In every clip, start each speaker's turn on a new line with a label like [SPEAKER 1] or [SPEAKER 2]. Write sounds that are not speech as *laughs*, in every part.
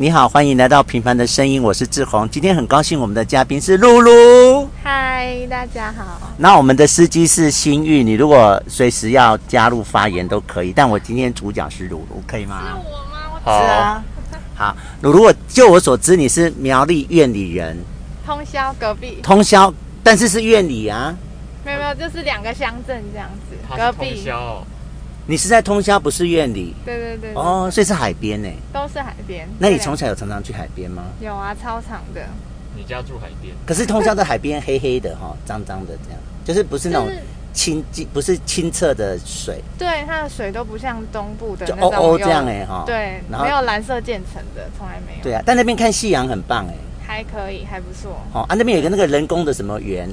[SPEAKER 1] 你好，欢迎来到《平凡的声音》，我是志宏。今天很高兴，我们的嘉宾是露露。
[SPEAKER 2] 嗨，大家好。
[SPEAKER 1] 那我们的司机是新玉，你如果随时要加入发言都可以，但我今天主讲是露露，可以吗？
[SPEAKER 2] 是我吗？
[SPEAKER 1] 是啊。好，露露，我就我所知，你是苗栗院里人，
[SPEAKER 2] 通宵隔壁。
[SPEAKER 1] 通宵，但是是院里啊。
[SPEAKER 2] 没有没有，就是两个乡镇这样子，
[SPEAKER 3] 他
[SPEAKER 2] 隔
[SPEAKER 3] 是通
[SPEAKER 2] 壁。
[SPEAKER 3] 宵哦，
[SPEAKER 1] 你是在通宵，不是院里
[SPEAKER 2] 对对对，对
[SPEAKER 1] 哦，所以是海边呢。
[SPEAKER 2] 都是海边。
[SPEAKER 1] 那你
[SPEAKER 2] 对
[SPEAKER 1] 从小有常常去海边吗？
[SPEAKER 2] 有啊，超长的，
[SPEAKER 3] 你家住海边，
[SPEAKER 1] 可是通宵的海边黑黑的哈、脏脏的这样，就是不是那种
[SPEAKER 2] 就是
[SPEAKER 1] 清净，不是清澈的水，
[SPEAKER 2] 对它的水都不像东部的
[SPEAKER 1] 就
[SPEAKER 2] 那
[SPEAKER 1] 哦
[SPEAKER 2] 种
[SPEAKER 1] 哦
[SPEAKER 2] 有
[SPEAKER 1] 这样哎哈
[SPEAKER 2] 对，
[SPEAKER 1] 然后
[SPEAKER 2] 没有蓝色建成的，从来没有。
[SPEAKER 1] 对啊。但那边看夕阳很棒哎，
[SPEAKER 2] 还可以，还不错。
[SPEAKER 1] 哦啊那边有一个那个人工的什么园，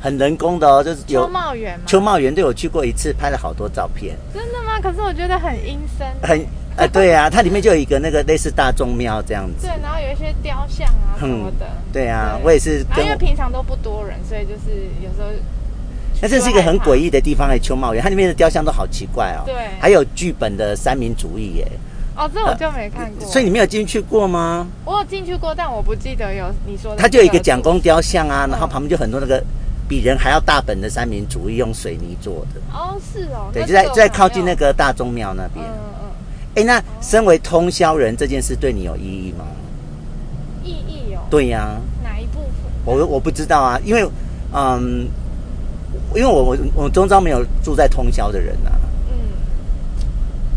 [SPEAKER 1] 很人工的哦，就是有
[SPEAKER 2] 秋茂园吗？
[SPEAKER 1] 秋茂园，对我去过一次，拍了好多照片，
[SPEAKER 2] 真的吗？可是我觉得很阴
[SPEAKER 1] *laughs*
[SPEAKER 2] 森。
[SPEAKER 1] 很呃对
[SPEAKER 2] *laughs*
[SPEAKER 1] 啊，它里面就有一个那个类似大众庙这样子
[SPEAKER 2] 对，，然后有一些雕像啊什么的。
[SPEAKER 1] 对啊，
[SPEAKER 2] 对
[SPEAKER 1] 我也是
[SPEAKER 2] 然后
[SPEAKER 1] 跟
[SPEAKER 2] 因为
[SPEAKER 1] 我。
[SPEAKER 2] 平常都不多人，所以就是有时候
[SPEAKER 1] 那这是一个很诡异的地方哎，秋茂园，它里面的雕像都好奇怪哦。
[SPEAKER 2] 对
[SPEAKER 1] 还有剧本的三民主义耶，
[SPEAKER 2] 哦，这我就没看过。
[SPEAKER 1] 所以你没有进去过吗？
[SPEAKER 2] 我有进去过，但我不记得有你说的。
[SPEAKER 1] 它就有一个蒋公雕像啊，然后
[SPEAKER 2] 嗯
[SPEAKER 1] 旁边就很多那个比人还要大本的三民主义，用水泥做的。
[SPEAKER 2] 哦，是哦，
[SPEAKER 1] 对，
[SPEAKER 2] 那
[SPEAKER 1] 就在
[SPEAKER 2] 这个
[SPEAKER 1] 就
[SPEAKER 2] 我
[SPEAKER 1] 在
[SPEAKER 2] 没
[SPEAKER 1] 靠近
[SPEAKER 2] 有
[SPEAKER 1] 那。个大钟庙那边
[SPEAKER 2] 嗯。嗯，
[SPEAKER 1] 哎、那身为通宵人这件事对你有意义吗？
[SPEAKER 2] 嗯意义哦，
[SPEAKER 1] 对呀、
[SPEAKER 2] 哪一部分？
[SPEAKER 1] 我我不知道啊，因为嗯，因为我我我中招没有住在通宵的人啊。
[SPEAKER 2] 嗯，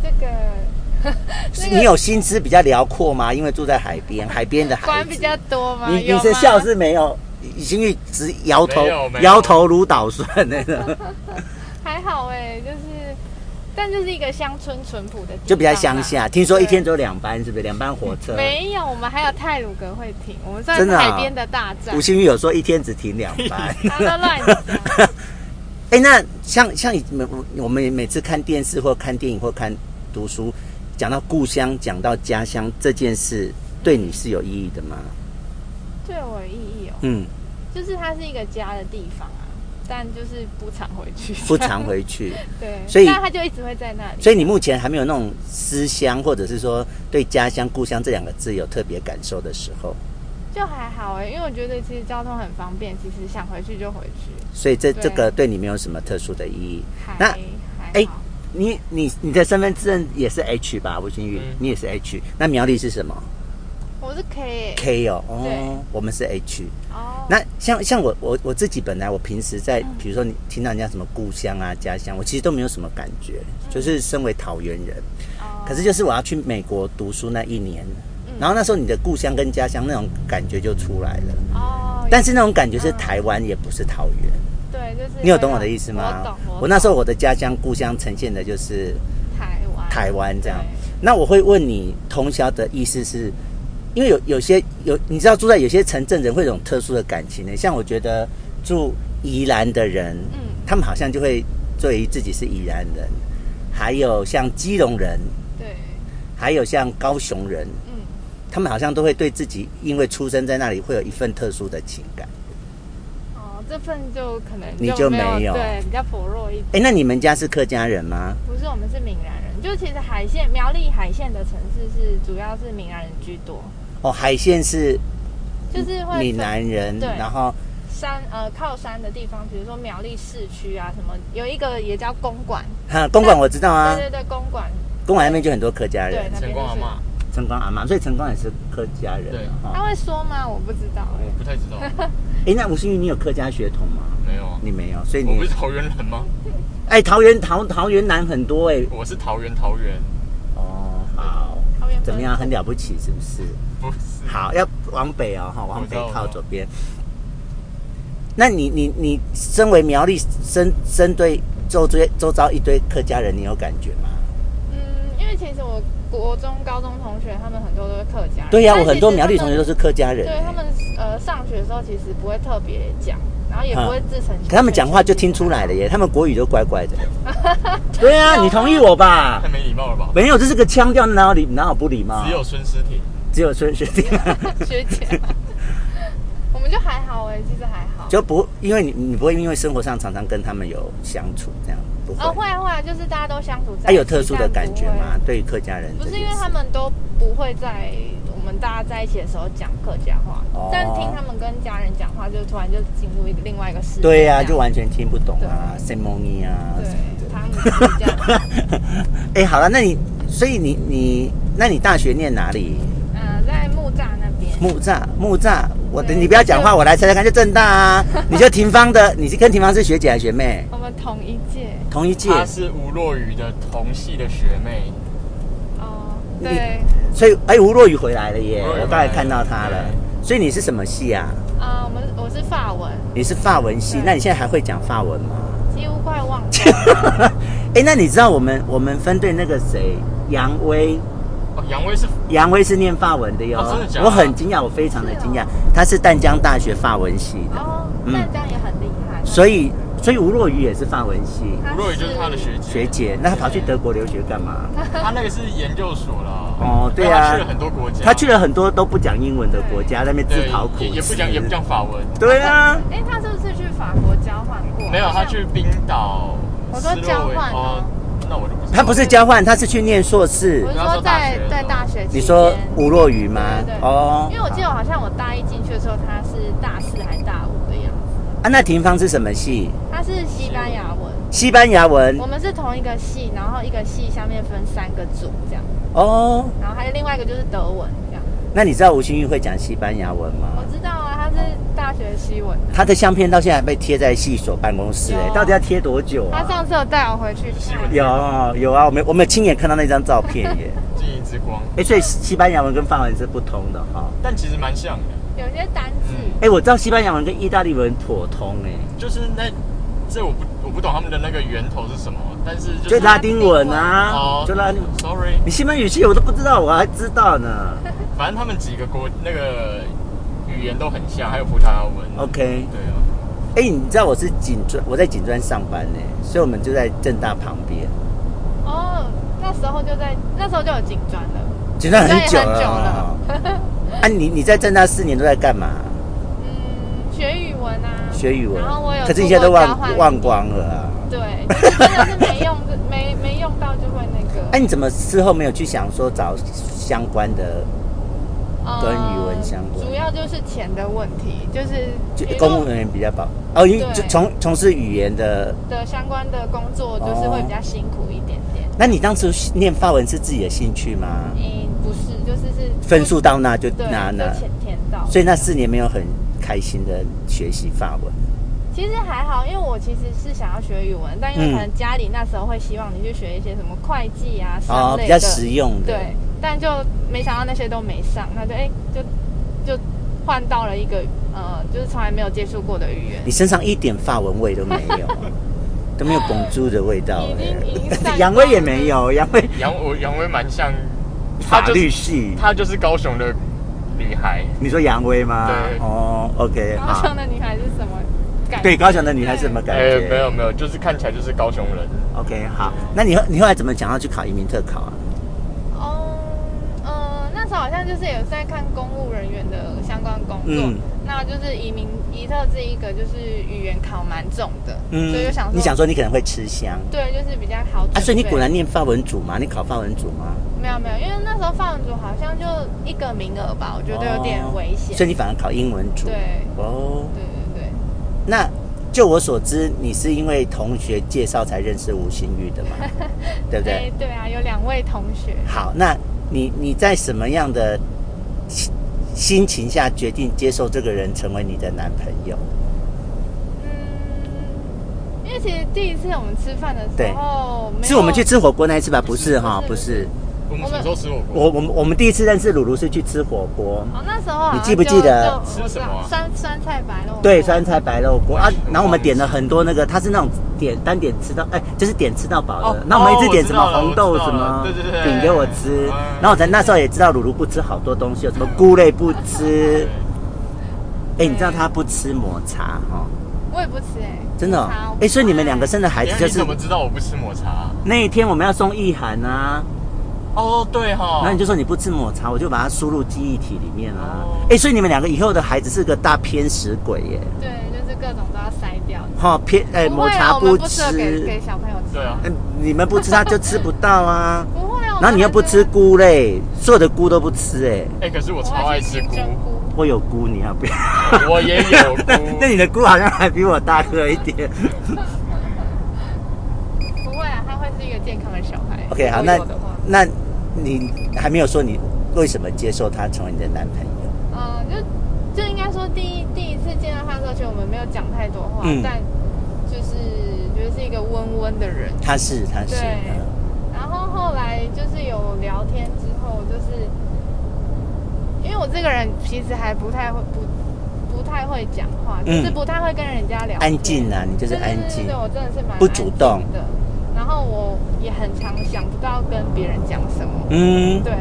[SPEAKER 2] 这个那
[SPEAKER 1] 你
[SPEAKER 2] 个
[SPEAKER 1] 有心思比较辽阔吗？因为住在海边，海边的孩
[SPEAKER 2] 管
[SPEAKER 1] 子
[SPEAKER 2] 比较多吗？
[SPEAKER 1] 你
[SPEAKER 2] 有
[SPEAKER 1] 你是
[SPEAKER 2] 吗
[SPEAKER 1] 笑是没有，已经直摇头
[SPEAKER 3] 没有没有
[SPEAKER 1] 摇头如捣蒜那
[SPEAKER 2] *laughs*
[SPEAKER 1] 种，
[SPEAKER 2] 还好哎，就是，但就是一个乡村淳朴的地方啦，
[SPEAKER 1] 就比较乡下。听说一
[SPEAKER 2] 对
[SPEAKER 1] 天只有两班，是不是？两班火车。
[SPEAKER 2] 没有，我们还有泰鲁格会停，我们算
[SPEAKER 1] 真
[SPEAKER 2] 是
[SPEAKER 1] 的啊
[SPEAKER 2] 海边的大战
[SPEAKER 1] 吴。兴玉有说一天只停两
[SPEAKER 2] *laughs*
[SPEAKER 1] 班。
[SPEAKER 2] 他都乱
[SPEAKER 1] *laughs*
[SPEAKER 2] 讲，
[SPEAKER 1] 哎、那像像你们我们每次看电视或看电影或看读书，讲到故乡、讲到家乡这件事，对你是有意义的吗？
[SPEAKER 2] 对我有意义哦，
[SPEAKER 1] 嗯，
[SPEAKER 2] 就是它是一个家的地方啊，但就是不常回去，
[SPEAKER 1] *laughs* 不常回去，
[SPEAKER 2] 对，
[SPEAKER 1] 所以
[SPEAKER 2] 但他就一直会在那里。
[SPEAKER 1] 所以你目前还没有那种思乡，或者是说对家乡、故乡这两个字有特别感受的时候，
[SPEAKER 2] 就还好哎、因为我觉得其实交通很方便，其实想回去就回去，
[SPEAKER 1] 所以这
[SPEAKER 2] 对
[SPEAKER 1] 这个对你没有什么特殊的意义。
[SPEAKER 2] 还
[SPEAKER 1] 那
[SPEAKER 2] 还
[SPEAKER 1] 哎
[SPEAKER 2] 好。
[SPEAKER 1] 你你你的身份证也是 H 吧，吴兴玉，
[SPEAKER 3] 嗯
[SPEAKER 1] 你也是 H。那苗栗是什么
[SPEAKER 2] 我是 K 欸、
[SPEAKER 1] ？K 哦，
[SPEAKER 2] 对
[SPEAKER 1] 哦，我们是 H。
[SPEAKER 2] 哦，
[SPEAKER 1] 那像像我我我自己本来我平时在
[SPEAKER 2] 嗯
[SPEAKER 1] 比如说你听到人家什么故乡啊家乡，我其实都没有什么感觉，就是身为桃园人，
[SPEAKER 2] 哦
[SPEAKER 1] 可是就是我要去美国读书那一年，
[SPEAKER 2] 嗯
[SPEAKER 1] 然后那时候你的故乡跟家乡那种感觉就出来了，
[SPEAKER 2] 哦，
[SPEAKER 1] 但是那种感觉是台湾也不是桃园，
[SPEAKER 2] 对，就是
[SPEAKER 1] 你有懂我的意思吗？
[SPEAKER 2] 啊我懂，我
[SPEAKER 1] 我那时
[SPEAKER 2] 候
[SPEAKER 1] 候我的家乡故乡呈现的就是
[SPEAKER 2] 台湾
[SPEAKER 1] 台湾这样。那我会问你，通宵的意思是，因为有有些有你知道住在有些城镇人会有种特殊的感情呢，像我觉得住宜兰的人，
[SPEAKER 2] 嗯
[SPEAKER 1] 他们好像就会对于自己是宜兰人，还有像基隆人，
[SPEAKER 2] 对，
[SPEAKER 1] 还有像高雄人，
[SPEAKER 2] 对嗯，
[SPEAKER 1] 他们好像都会对自己因为出生在那里会有一份特殊的情感。
[SPEAKER 2] 哦，这份就可能
[SPEAKER 1] 你就
[SPEAKER 2] 没
[SPEAKER 1] 没有
[SPEAKER 2] 对，比较薄弱一点。
[SPEAKER 1] 哎，那你们家是客家人吗？
[SPEAKER 2] 不是，我们是闽南人，就其实海线苗栗海线的城市是主要是闽南人居多，
[SPEAKER 1] 哦，海鲜是
[SPEAKER 2] 就是会
[SPEAKER 1] 闽
[SPEAKER 2] 分
[SPEAKER 1] 南人，
[SPEAKER 2] 对
[SPEAKER 1] 然后
[SPEAKER 2] 山呃靠山的地方，比如说苗栗市区啊什么，有一个也叫公馆，
[SPEAKER 1] 哈，公馆我知道啊，
[SPEAKER 2] 对对对，公馆，
[SPEAKER 1] 公馆那边就很多客家人
[SPEAKER 2] 对。那边
[SPEAKER 3] 晨光阿
[SPEAKER 2] 就是
[SPEAKER 3] 妈，
[SPEAKER 1] 陈光阿妈，所以陈光也是客家人。啊
[SPEAKER 3] 对啊
[SPEAKER 2] 他
[SPEAKER 1] 哈。
[SPEAKER 2] 会说吗？我不知道哎、
[SPEAKER 3] 我不太知
[SPEAKER 1] *laughs*
[SPEAKER 3] 道，
[SPEAKER 1] 哎，那吴新宇，你有客家血统吗？
[SPEAKER 3] 没有啊，
[SPEAKER 1] 你没有，所以
[SPEAKER 3] 我
[SPEAKER 1] 你
[SPEAKER 3] 不是桃园人吗？
[SPEAKER 1] 哎，桃园桃桃园男很多哎。
[SPEAKER 3] 我是桃园桃园，
[SPEAKER 1] 哦，好，
[SPEAKER 2] 桃园分
[SPEAKER 1] 怎么样？很了不起是不是？
[SPEAKER 3] 不是。
[SPEAKER 1] 好，要往北哦，哈，往
[SPEAKER 3] 我知
[SPEAKER 1] 北
[SPEAKER 3] 道
[SPEAKER 1] 靠
[SPEAKER 3] 我知道
[SPEAKER 1] 左边。那你你你身为苗栗身身对周追周遭一堆客家人，你有感觉吗？
[SPEAKER 2] 嗯，因为其实我国中、高中同学他们很多都是客家人，
[SPEAKER 1] 对呀、我
[SPEAKER 2] 但其实
[SPEAKER 1] 很多苗栗同学都
[SPEAKER 2] 他
[SPEAKER 1] 是客家人
[SPEAKER 2] 们，
[SPEAKER 1] 哎、
[SPEAKER 2] 对他们呃上学的时候其实不会特别讲，然后也不会自成、
[SPEAKER 1] 啊可他们讲话就听出来了。耶，他们国语都怪怪
[SPEAKER 2] *laughs*
[SPEAKER 1] 的。对啊，你同意我吧
[SPEAKER 3] 太？没礼貌了吧？
[SPEAKER 1] 没有，这是个腔调，哪有礼哪有不礼貌？
[SPEAKER 3] 只有孙思婷，
[SPEAKER 1] 只有孙学弟，
[SPEAKER 3] *laughs*
[SPEAKER 1] *laughs*
[SPEAKER 2] 学姐，我们就还好哎、其实还好。
[SPEAKER 1] 就不因为你你不会因为生活上常常跟他们有相处这样，不
[SPEAKER 2] 呃，
[SPEAKER 1] 会。
[SPEAKER 2] 会啊会啊，就是大家都相处在一起。
[SPEAKER 1] 还有特殊的感觉
[SPEAKER 2] 但不会
[SPEAKER 1] 吗？对于客家人
[SPEAKER 2] 不
[SPEAKER 1] 这件事，
[SPEAKER 2] 是因为他们都不会在我们们大家在一起的时候讲客家话，
[SPEAKER 1] 哦
[SPEAKER 2] 但听他们跟家人讲话，就突然就进入一个另外一个世界。
[SPEAKER 1] 对呀、
[SPEAKER 2] 这样
[SPEAKER 1] 就完全听不懂啊 s e m o n y 啊
[SPEAKER 2] 对
[SPEAKER 1] 什么的。
[SPEAKER 2] 他们是这
[SPEAKER 1] *laughs*
[SPEAKER 2] 样。
[SPEAKER 1] 哎、好了，那你所以你你那你大学念哪里？
[SPEAKER 2] 嗯，在木栅那边，
[SPEAKER 1] 木栅，木栅，我
[SPEAKER 2] 对
[SPEAKER 1] 等你不要讲话，
[SPEAKER 2] 就
[SPEAKER 1] 我来猜猜看，就正大
[SPEAKER 2] *laughs*
[SPEAKER 1] 啊，你就庭芳的，你是跟庭芳是学姐还是学妹？
[SPEAKER 2] 我们同一届
[SPEAKER 1] 同一届，
[SPEAKER 2] 啊
[SPEAKER 3] 她是吴若雨的同系的学妹，
[SPEAKER 2] 哦，
[SPEAKER 1] 你
[SPEAKER 2] 对，
[SPEAKER 1] 所以哎、吴若雨回来了耶，
[SPEAKER 3] 吴若
[SPEAKER 2] 哦
[SPEAKER 3] 雨
[SPEAKER 1] 我刚才
[SPEAKER 3] 回来
[SPEAKER 1] 看到她了
[SPEAKER 3] 了。
[SPEAKER 1] 所以你是什么系啊？
[SPEAKER 2] 啊、我们我是法文，
[SPEAKER 1] 你是法文系
[SPEAKER 2] 对，
[SPEAKER 1] 那你现在还会讲法文吗？ *laughs*
[SPEAKER 2] 几乎快忘记了。
[SPEAKER 1] 哎、那你知道我们我们分队那个谁杨威，
[SPEAKER 3] 哦，杨威是
[SPEAKER 1] 杨威是念法文的哟，
[SPEAKER 3] 哦真的假的
[SPEAKER 1] 我很惊讶，我非常的惊讶，他是淡江大学法文系的，
[SPEAKER 2] 哦，
[SPEAKER 1] 嗯
[SPEAKER 2] 但这样也很厉害。
[SPEAKER 1] 所以所以吴若雨也是法文系
[SPEAKER 2] 他
[SPEAKER 3] 吴若雨就是她的学姐，
[SPEAKER 1] 学姐，那他跑去德国留学干嘛？
[SPEAKER 3] 她那个是研究所啦。
[SPEAKER 1] 哦对啊
[SPEAKER 3] 她去了很多国家，
[SPEAKER 1] 他去了很多都不讲英文的国家，在那边自
[SPEAKER 3] 对
[SPEAKER 1] 讨苦
[SPEAKER 3] 也也不
[SPEAKER 1] 吃
[SPEAKER 3] 讲也不讲法文，
[SPEAKER 1] 对啊，
[SPEAKER 2] 哎、他是不是去法国交换过？
[SPEAKER 3] 没有，
[SPEAKER 2] 好
[SPEAKER 3] 她
[SPEAKER 2] 像
[SPEAKER 3] 去冰岛，
[SPEAKER 2] 我说
[SPEAKER 3] 斯洛
[SPEAKER 2] 交
[SPEAKER 3] 维
[SPEAKER 2] 换
[SPEAKER 3] 哦
[SPEAKER 2] 哦，
[SPEAKER 3] 那我就不知道
[SPEAKER 1] 他不是交换，他是去念硕士
[SPEAKER 2] 我。是
[SPEAKER 3] 你要
[SPEAKER 2] 说
[SPEAKER 3] 说
[SPEAKER 2] 在
[SPEAKER 3] 大学
[SPEAKER 2] 在大学期间
[SPEAKER 1] 你说吴若雨吗
[SPEAKER 2] 对对？对
[SPEAKER 1] 哦
[SPEAKER 2] 因，为我记得好像我大一进去的时候，他是大四还大五的样子，
[SPEAKER 1] 啊，那廷芳是什么系？
[SPEAKER 2] 他是西班牙文，
[SPEAKER 1] 西班牙文
[SPEAKER 2] 我。们是同一个系，然后一个系下面分三个组这样，
[SPEAKER 1] 哦，
[SPEAKER 2] 然后还有另外一个就是德文这样。
[SPEAKER 1] 那你知道吴欣玉会讲西班牙文吗
[SPEAKER 2] 我？知道啊，他是大学西文，
[SPEAKER 1] 他的相片到现在还被贴在系所办公室、
[SPEAKER 2] 有
[SPEAKER 1] 哎，到底要贴多久
[SPEAKER 2] 他
[SPEAKER 1] 啊？
[SPEAKER 2] 上次有带我回去看，
[SPEAKER 1] 有有啊，我们我们亲眼看到那张照片耶。
[SPEAKER 3] 静怡之光，
[SPEAKER 1] 哎、所以西班牙文跟法文是不同的哈、
[SPEAKER 3] 但其实蛮像的，
[SPEAKER 2] 有些单字
[SPEAKER 1] 哎、我知道西班牙文跟意大利文颇通哎、
[SPEAKER 3] 就是那这我不我不懂他们的那个源头是什么，但是就
[SPEAKER 1] 就是拉丁文啊，
[SPEAKER 3] 哦，
[SPEAKER 1] 就拉丁。
[SPEAKER 3] ，sorry，
[SPEAKER 1] 你西班牙语系我都不知道，我还知道呢。
[SPEAKER 3] 反正他们几个国那个语言都很像，还有葡萄牙文。
[SPEAKER 1] OK，
[SPEAKER 3] 对啊，
[SPEAKER 1] 哎、你知道我是锦专，我在锦专上班呢、所以我们就在正大旁边。
[SPEAKER 2] 哦，那时候就在那时候就有警专了，
[SPEAKER 1] 锦专很
[SPEAKER 2] 对
[SPEAKER 1] 久
[SPEAKER 2] 很
[SPEAKER 1] 了
[SPEAKER 2] 久
[SPEAKER 1] 哦。啊，你你在正大四年都在干嘛？
[SPEAKER 2] 嗯，学语文啊，
[SPEAKER 1] 学语文
[SPEAKER 2] 然后我有，
[SPEAKER 1] 可是你现在都
[SPEAKER 2] 出国交
[SPEAKER 1] 忘
[SPEAKER 2] 换
[SPEAKER 1] 忘光了啊。
[SPEAKER 2] 对，就是真的是没用，没没用到就会那
[SPEAKER 1] *laughs*
[SPEAKER 2] 个。
[SPEAKER 1] 哎、你怎么事后没有去想说找相关的？
[SPEAKER 2] 呃
[SPEAKER 1] 跟语文相关
[SPEAKER 2] 主要就是钱的问题，就是
[SPEAKER 1] 就
[SPEAKER 2] 比如说
[SPEAKER 1] 公务人员比较保哦，因为
[SPEAKER 2] 对
[SPEAKER 1] 就从从事语言的。
[SPEAKER 2] 的相关的工作，就是会比较辛苦一点点。
[SPEAKER 1] 那你当初念法文是自己的兴趣吗？
[SPEAKER 2] 嗯，不是，就是是
[SPEAKER 1] 分数到那就
[SPEAKER 2] 对，
[SPEAKER 1] 拿那
[SPEAKER 2] 就，钱填到。
[SPEAKER 1] 所以那四年没有很开心的学习法文。
[SPEAKER 2] 其实还好，因为我其实是想要学语文，但因
[SPEAKER 1] 嗯
[SPEAKER 2] 为可能家里那时候会希望你去学一些什么会计啊、
[SPEAKER 1] 哦
[SPEAKER 2] 商，类
[SPEAKER 1] 比
[SPEAKER 2] 的，
[SPEAKER 1] 较实用的。
[SPEAKER 2] 对，但就没想到那些都没上，那就哎、就就换到了一个呃，就是从来没有接触过的语言
[SPEAKER 1] 你。身上一点法文味都没
[SPEAKER 2] *laughs*
[SPEAKER 1] 有，都没有拱猪的味道
[SPEAKER 2] 已经已经散
[SPEAKER 1] 哎、 *laughs*
[SPEAKER 2] 光
[SPEAKER 1] 杨威也没有，杨威
[SPEAKER 3] 杨我杨威蛮像，她
[SPEAKER 1] 法
[SPEAKER 3] 就
[SPEAKER 1] 律
[SPEAKER 3] 是
[SPEAKER 1] 系。
[SPEAKER 3] 她就是高雄的女孩，
[SPEAKER 1] 你说杨威吗？
[SPEAKER 3] 对
[SPEAKER 1] 哦，OK，
[SPEAKER 2] 高
[SPEAKER 1] 好
[SPEAKER 2] 雄。的女孩是什么感觉？
[SPEAKER 1] 对高雄的女孩是什么感
[SPEAKER 3] 哎
[SPEAKER 1] 觉？，
[SPEAKER 3] 没有没有，就是看起来就是高雄人。
[SPEAKER 1] OK，好。那你后你后来怎么想要去考移民特考啊？
[SPEAKER 2] 哦，呃，那时候好像就是有在看公务人员的相关工作，
[SPEAKER 1] 嗯
[SPEAKER 2] 那就是移民移特这一个就是语言考蛮重的，所以就想说，
[SPEAKER 1] 嗯你想说你可能会吃香
[SPEAKER 2] 对，就是比较好准备。
[SPEAKER 1] 啊，所以你果然念法文组嘛？你考法文组吗？
[SPEAKER 2] 没有没有，因为那时候放组好像就一个名额吧，我觉得有点危险。
[SPEAKER 1] 哦所以你反而考英文组。
[SPEAKER 2] 对
[SPEAKER 1] 哦，
[SPEAKER 2] 对对对，
[SPEAKER 1] 那就我所知，你是因为同学介绍才认识吴新玉的
[SPEAKER 2] *laughs*
[SPEAKER 1] 嘛？对不对？
[SPEAKER 2] 哎对啊，有两位同学，
[SPEAKER 1] 好，那你你在什么样的心心情下决定接受这个人成为你的男朋友？
[SPEAKER 2] 嗯，因为其实第一次我们吃饭的时候，没有
[SPEAKER 1] 是我们去吃火锅那一次吧？不
[SPEAKER 3] 不是
[SPEAKER 1] 是哈，不
[SPEAKER 2] 不是
[SPEAKER 1] 是。
[SPEAKER 3] 我们什么时候吃火锅？
[SPEAKER 1] 我我们我们第一次认识鲁鲁是去吃火锅，
[SPEAKER 2] 哦，那时候好像
[SPEAKER 1] 你记不记得
[SPEAKER 2] 就就哦
[SPEAKER 3] 吃什么啊
[SPEAKER 2] 酸酸菜白肉锅
[SPEAKER 1] 对，酸菜白肉锅啊
[SPEAKER 3] 我忘记，
[SPEAKER 1] 然后我们点了很多那个，它是那种点单点吃到，哎，就是点吃到饱的
[SPEAKER 3] 哦。
[SPEAKER 1] 那我们一
[SPEAKER 3] 哦
[SPEAKER 1] 直
[SPEAKER 3] 我
[SPEAKER 1] 点
[SPEAKER 3] 知
[SPEAKER 1] 什么
[SPEAKER 3] 道了
[SPEAKER 1] 红
[SPEAKER 3] 我
[SPEAKER 1] 豆
[SPEAKER 3] 知道
[SPEAKER 1] 什么
[SPEAKER 3] 了对对对
[SPEAKER 1] 饼给我吃
[SPEAKER 3] 嗯，
[SPEAKER 1] 然后我在那时候也知道鲁鲁不吃好多东西，有什么菇类不
[SPEAKER 3] 对
[SPEAKER 1] 吃，哎，你知道他不吃抹茶哈，
[SPEAKER 2] 我也不吃哎、
[SPEAKER 1] 真的哦
[SPEAKER 2] 好
[SPEAKER 1] 哎，所以你们两个生的孩
[SPEAKER 3] 等一
[SPEAKER 1] 子
[SPEAKER 3] 下
[SPEAKER 1] 就
[SPEAKER 3] 哎你
[SPEAKER 1] 是
[SPEAKER 3] 怎么知道我不吃抹茶？
[SPEAKER 1] 那一天我们要送意涵啊，
[SPEAKER 3] 哦，对哈
[SPEAKER 1] 然后你就说你不吃抹茶，我就把它输入记忆体里面啊
[SPEAKER 3] 哦。
[SPEAKER 1] 哎、所以你们两个以后的孩子是个大偏食鬼耶，
[SPEAKER 2] 对，就是各种都要筛掉。
[SPEAKER 1] 哈、偏哎、
[SPEAKER 2] 不会
[SPEAKER 1] 抹
[SPEAKER 2] 啊
[SPEAKER 1] 茶
[SPEAKER 2] 我们不
[SPEAKER 1] 吃
[SPEAKER 2] 适合，给给小朋友吃。
[SPEAKER 3] 对啊，
[SPEAKER 1] 嗯你们不吃他就吃不到啊。
[SPEAKER 2] *laughs* 不会啊，我
[SPEAKER 1] 然后你又不吃菇类，所有的菇都不吃哎、
[SPEAKER 3] 哎、可是我
[SPEAKER 2] 我
[SPEAKER 3] 超爱
[SPEAKER 2] 还
[SPEAKER 3] 吃
[SPEAKER 2] 是
[SPEAKER 3] 菇，
[SPEAKER 2] 珍菇。
[SPEAKER 1] 我有菇，你要不要？
[SPEAKER 3] *laughs* 我也有菇
[SPEAKER 1] *laughs* 那那你的菇好像还比我大颗一
[SPEAKER 2] *laughs*
[SPEAKER 1] 点。
[SPEAKER 2] 不会啊，他会是一个健康的小孩。
[SPEAKER 1] OK，好，
[SPEAKER 2] 如果
[SPEAKER 1] 那
[SPEAKER 2] 有的话
[SPEAKER 1] 那你还没有说你为什么接受他成为你的男朋友？
[SPEAKER 2] 嗯，就就应该说第一第一次见到他的时候，其实我们没有讲太多话，
[SPEAKER 1] 嗯
[SPEAKER 2] 但就是觉得是一个温温的人。
[SPEAKER 1] 他是他是，
[SPEAKER 2] 对
[SPEAKER 1] 嗯
[SPEAKER 2] 然后后来就是有聊天之后，就是因为我这个人其实还不太会不不太会讲话，
[SPEAKER 1] 嗯
[SPEAKER 2] 就是不太会跟人家聊天，
[SPEAKER 1] 安静啊，你就
[SPEAKER 2] 对，
[SPEAKER 1] 是安静
[SPEAKER 2] 对对对，我真的是蛮
[SPEAKER 1] 不主动
[SPEAKER 2] 安静的。然后我也很常想不到跟别人讲什么，
[SPEAKER 1] 嗯，
[SPEAKER 2] 对，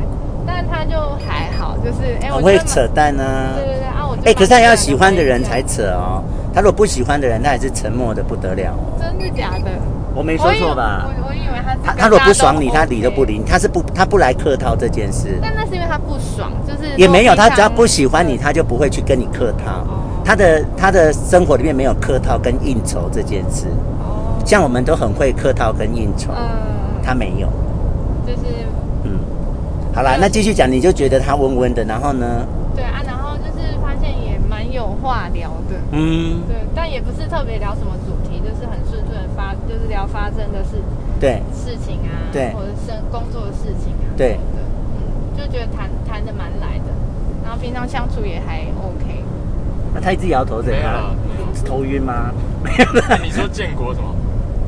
[SPEAKER 2] 但他就还好，就是哎，我
[SPEAKER 1] 很
[SPEAKER 2] 觉
[SPEAKER 1] 哦会
[SPEAKER 2] 得蛮
[SPEAKER 1] 扯淡啊
[SPEAKER 2] 对。对对啊，我就
[SPEAKER 1] 哎、可是他要喜欢的人
[SPEAKER 2] 把
[SPEAKER 1] 才
[SPEAKER 2] 这
[SPEAKER 1] 扯哦，他如果不喜欢的人，他还是沉默的不得了哦。
[SPEAKER 2] 个人讲真的假的？
[SPEAKER 1] 我没
[SPEAKER 2] 没
[SPEAKER 1] 说错吧？
[SPEAKER 2] 我以为我我以为他是
[SPEAKER 1] 他
[SPEAKER 2] 跟
[SPEAKER 1] 他如果不爽你，
[SPEAKER 2] 大
[SPEAKER 1] 他
[SPEAKER 2] 家都
[SPEAKER 1] 理都不
[SPEAKER 2] OK
[SPEAKER 1] 理你，他是不他不来客套这件事，
[SPEAKER 2] 但那是因为他不爽，就是
[SPEAKER 1] 也没有
[SPEAKER 2] 说平
[SPEAKER 1] 他
[SPEAKER 2] 常
[SPEAKER 1] 只要不喜欢你，他就不会去跟你客套
[SPEAKER 2] 哦。
[SPEAKER 1] 他的他的生活里面没有客套跟应酬这件事，
[SPEAKER 2] 哦
[SPEAKER 1] 像我们都很会客套跟应酬，
[SPEAKER 2] 嗯，
[SPEAKER 1] 他没有。
[SPEAKER 2] 就是
[SPEAKER 1] 嗯，好啦，
[SPEAKER 2] 嗯
[SPEAKER 1] 那继续讲，你就觉得他温温的，然后呢，
[SPEAKER 2] 对啊，然后就是发现也蛮有话聊的，
[SPEAKER 1] 嗯，
[SPEAKER 2] 对，但也不是特别聊什么主题，就是很顺顺发，就是聊发生的事
[SPEAKER 1] 对，
[SPEAKER 2] 事情啊，
[SPEAKER 1] 对
[SPEAKER 2] 或者生工作的事情啊，
[SPEAKER 1] 对
[SPEAKER 2] 什么的，嗯，就觉得谈谈的蛮来的，然后平常相处也还 OK，
[SPEAKER 1] 那他一直摇头怎
[SPEAKER 3] 没有
[SPEAKER 1] 样
[SPEAKER 3] 啦？
[SPEAKER 1] *laughs* 头晕吗？
[SPEAKER 3] 你说建国什么？